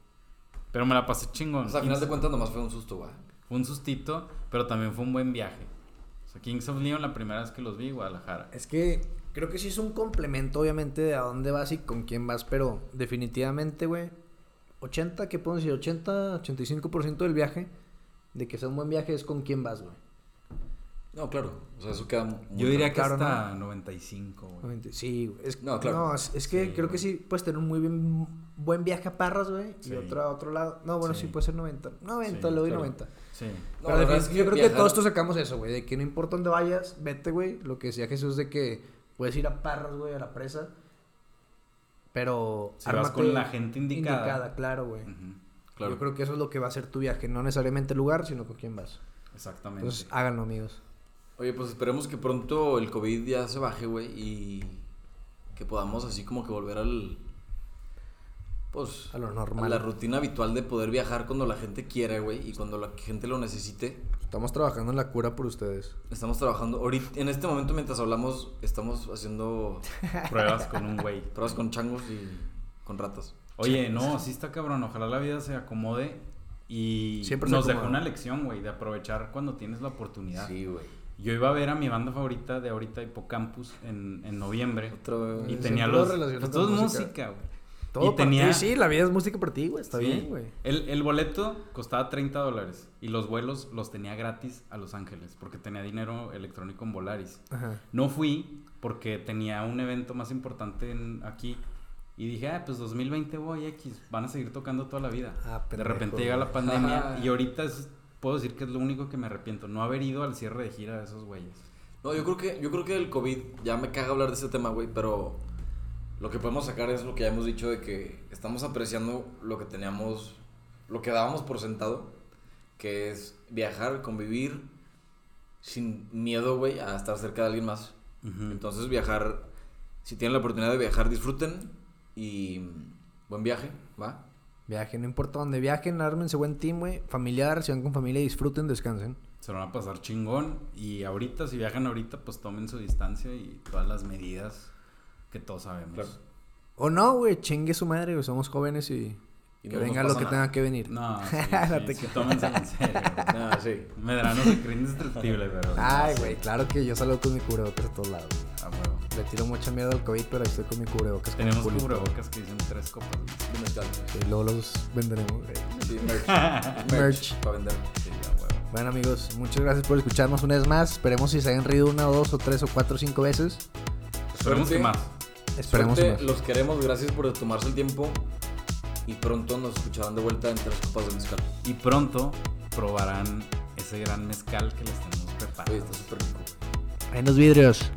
C: Pero me la pasé chingón.
B: O sea, a final de cuentas nomás fue un susto, güey.
C: Fue un sustito, pero también fue un buen viaje. O sea, Kings of Leon, la primera vez que los vi, Guadalajara.
A: Es que creo que sí es un complemento, obviamente, de a dónde vas y con quién vas, pero definitivamente, güey, 80, ¿qué podemos decir? 80, 85% del viaje, de que sea un buen viaje, es con quién vas, güey.
B: No, claro. O sea, eso queda muy
C: Yo diría que
A: claro,
C: hasta 95, güey.
A: Obviamente, Sí, güey. es,
B: No, claro.
A: no, es, es que
C: Sí,
A: creo que
C: güey.
A: sí puedes tener un muy bien, buen viaje a Parras, güey,
C: Sí.
A: y otro a otro lado. No, bueno, sí,
C: Sí.
A: puede ser 90. 90,
C: Sí,
A: le doy
B: claro.
A: 90.
C: Sí.
B: No,
A: Pero
B: la
A: defin-
B: verdad es que
A: yo creo
B: viajar-
A: que todos tú sacamos eso, güey, de que no importa dónde vayas, vete, güey. Lo que decía Jesús de que puedes ir a Parras, güey, a la presa. Pero
C: Si vas con la gente indicada. Mm,
A: claro, güey.
C: Ujú,
B: Claro.
A: Yo creo que eso es lo que va a ser tu viaje, no necesariamente el lugar, sino con quién vas.
C: Exactamente.
A: Entonces, háganlo, amigos.
B: Oye, pues esperemos que pronto el COVID ya se baje, güey, y que podamos así como que volver al... Pues...
A: A lo
B: a
A: normal.
B: la rutina habitual de poder viajar cuando la gente quiera, güey, y cuando la gente lo necesite.
A: Estamos trabajando en la cura por ustedes.
B: Estamos trabajando. Ahorita, en este momento, mientras hablamos, estamos haciendo
C: Pruebas con un güey.
B: pruebas con changos y con ratas.
C: Oye, no, sí está cabrón. Ojalá la vida se acomode y
A: Siempre se
C: nos dejó
A: acomoda.
C: una lección, güey, de aprovechar cuando tienes la oportunidad.
B: Sí, güey.
C: Yo iba a ver a mi banda favorita de ahorita, Hipocampus, en, en noviembre.
B: Otro...
C: Y
A: Siempre
C: tenía
A: lo
C: los...
A: relaciono
C: Pues
A: con
C: todo es
A: música.
C: música, güey.
A: Todo
C: y
A: para
C: tenía...
A: ti, sí, la vida es música para ti, güey. Está
C: Sí.
A: bien, güey.
C: El, el boleto costaba 30 dólares y los vuelos los tenía gratis a Los Ángeles porque tenía dinero electrónico en Volaris.
A: Ajá.
C: No fui porque tenía un evento más importante en- aquí y dije, ah, pues 2020 voy X, van a seguir tocando toda la vida.
A: Ah,
C: de
A: pendejo,
C: repente
A: güey.
C: llega la pandemia
B: Ah.
C: y ahorita es- puedo decir que es lo único que me arrepiento, no haber ido al cierre de gira de esos güeyes.
B: No, yo creo que, yo creo que el COVID, ya me caga hablar de ese tema, güey, pero lo que podemos sacar es lo que ya hemos dicho de que estamos apreciando lo que teníamos, lo que dábamos por sentado, que es viajar, convivir, sin miedo, güey, a estar cerca de alguien más. Entonces viajar, si tienen la oportunidad de viajar, disfruten y mm, buen viaje, ¿va?
A: Viajen, no importa dónde viajen, ármense buen team, güey. Familiar, si van con familia, disfruten, descansen.
C: Se lo van a pasar chingón y ahorita, si viajan ahorita, pues tomen su distancia y todas las medidas que todos sabemos.
B: Claro.
A: O no, güey, chingue su madre, güey. Somos jóvenes y,
B: Y
A: que
B: no nos
A: venga lo
B: pasa
A: que
B: nada.
A: tenga que venir.
C: No, sí,
A: No
C: sí,
A: te
C: sí,
A: creas.
C: tómenselo en serio.
B: Ah, sí.
C: Medrano se cree indestructible, pero...
A: Ay, güey, claro que yo salgo con mi cubrebocas a todos lados.
C: A huevo.
A: Le tiro mucha mierda al COVID, pero ahí estoy con mi cubrebocas. con mi
C: Tenemos
A: culito.
C: cubrebocas que dicen tres copas. güey.
B: De mezcal.
A: Sí, luego los venderemos. güey.
B: Sí, merch. merch.
A: Merch.
B: Para vender.
C: Sí, ya, huevo.
A: Bueno, amigos, muchas gracias por escucharnos una vez más. Esperemos si se hayan reído una, dos, o tres, o cuatro, o cinco veces.
C: Esperemos
B: Suerte.
C: que más.
A: Esperemos
B: Suerte,
A: más.
B: los queremos, gracias por tomarse el tiempo. Y pronto nos escucharán de vuelta en tres copas de mezcal.
C: Y pronto probarán ese gran mezcal que les tenemos preparado.
B: Oye, está súper rico.
A: En los vidrios.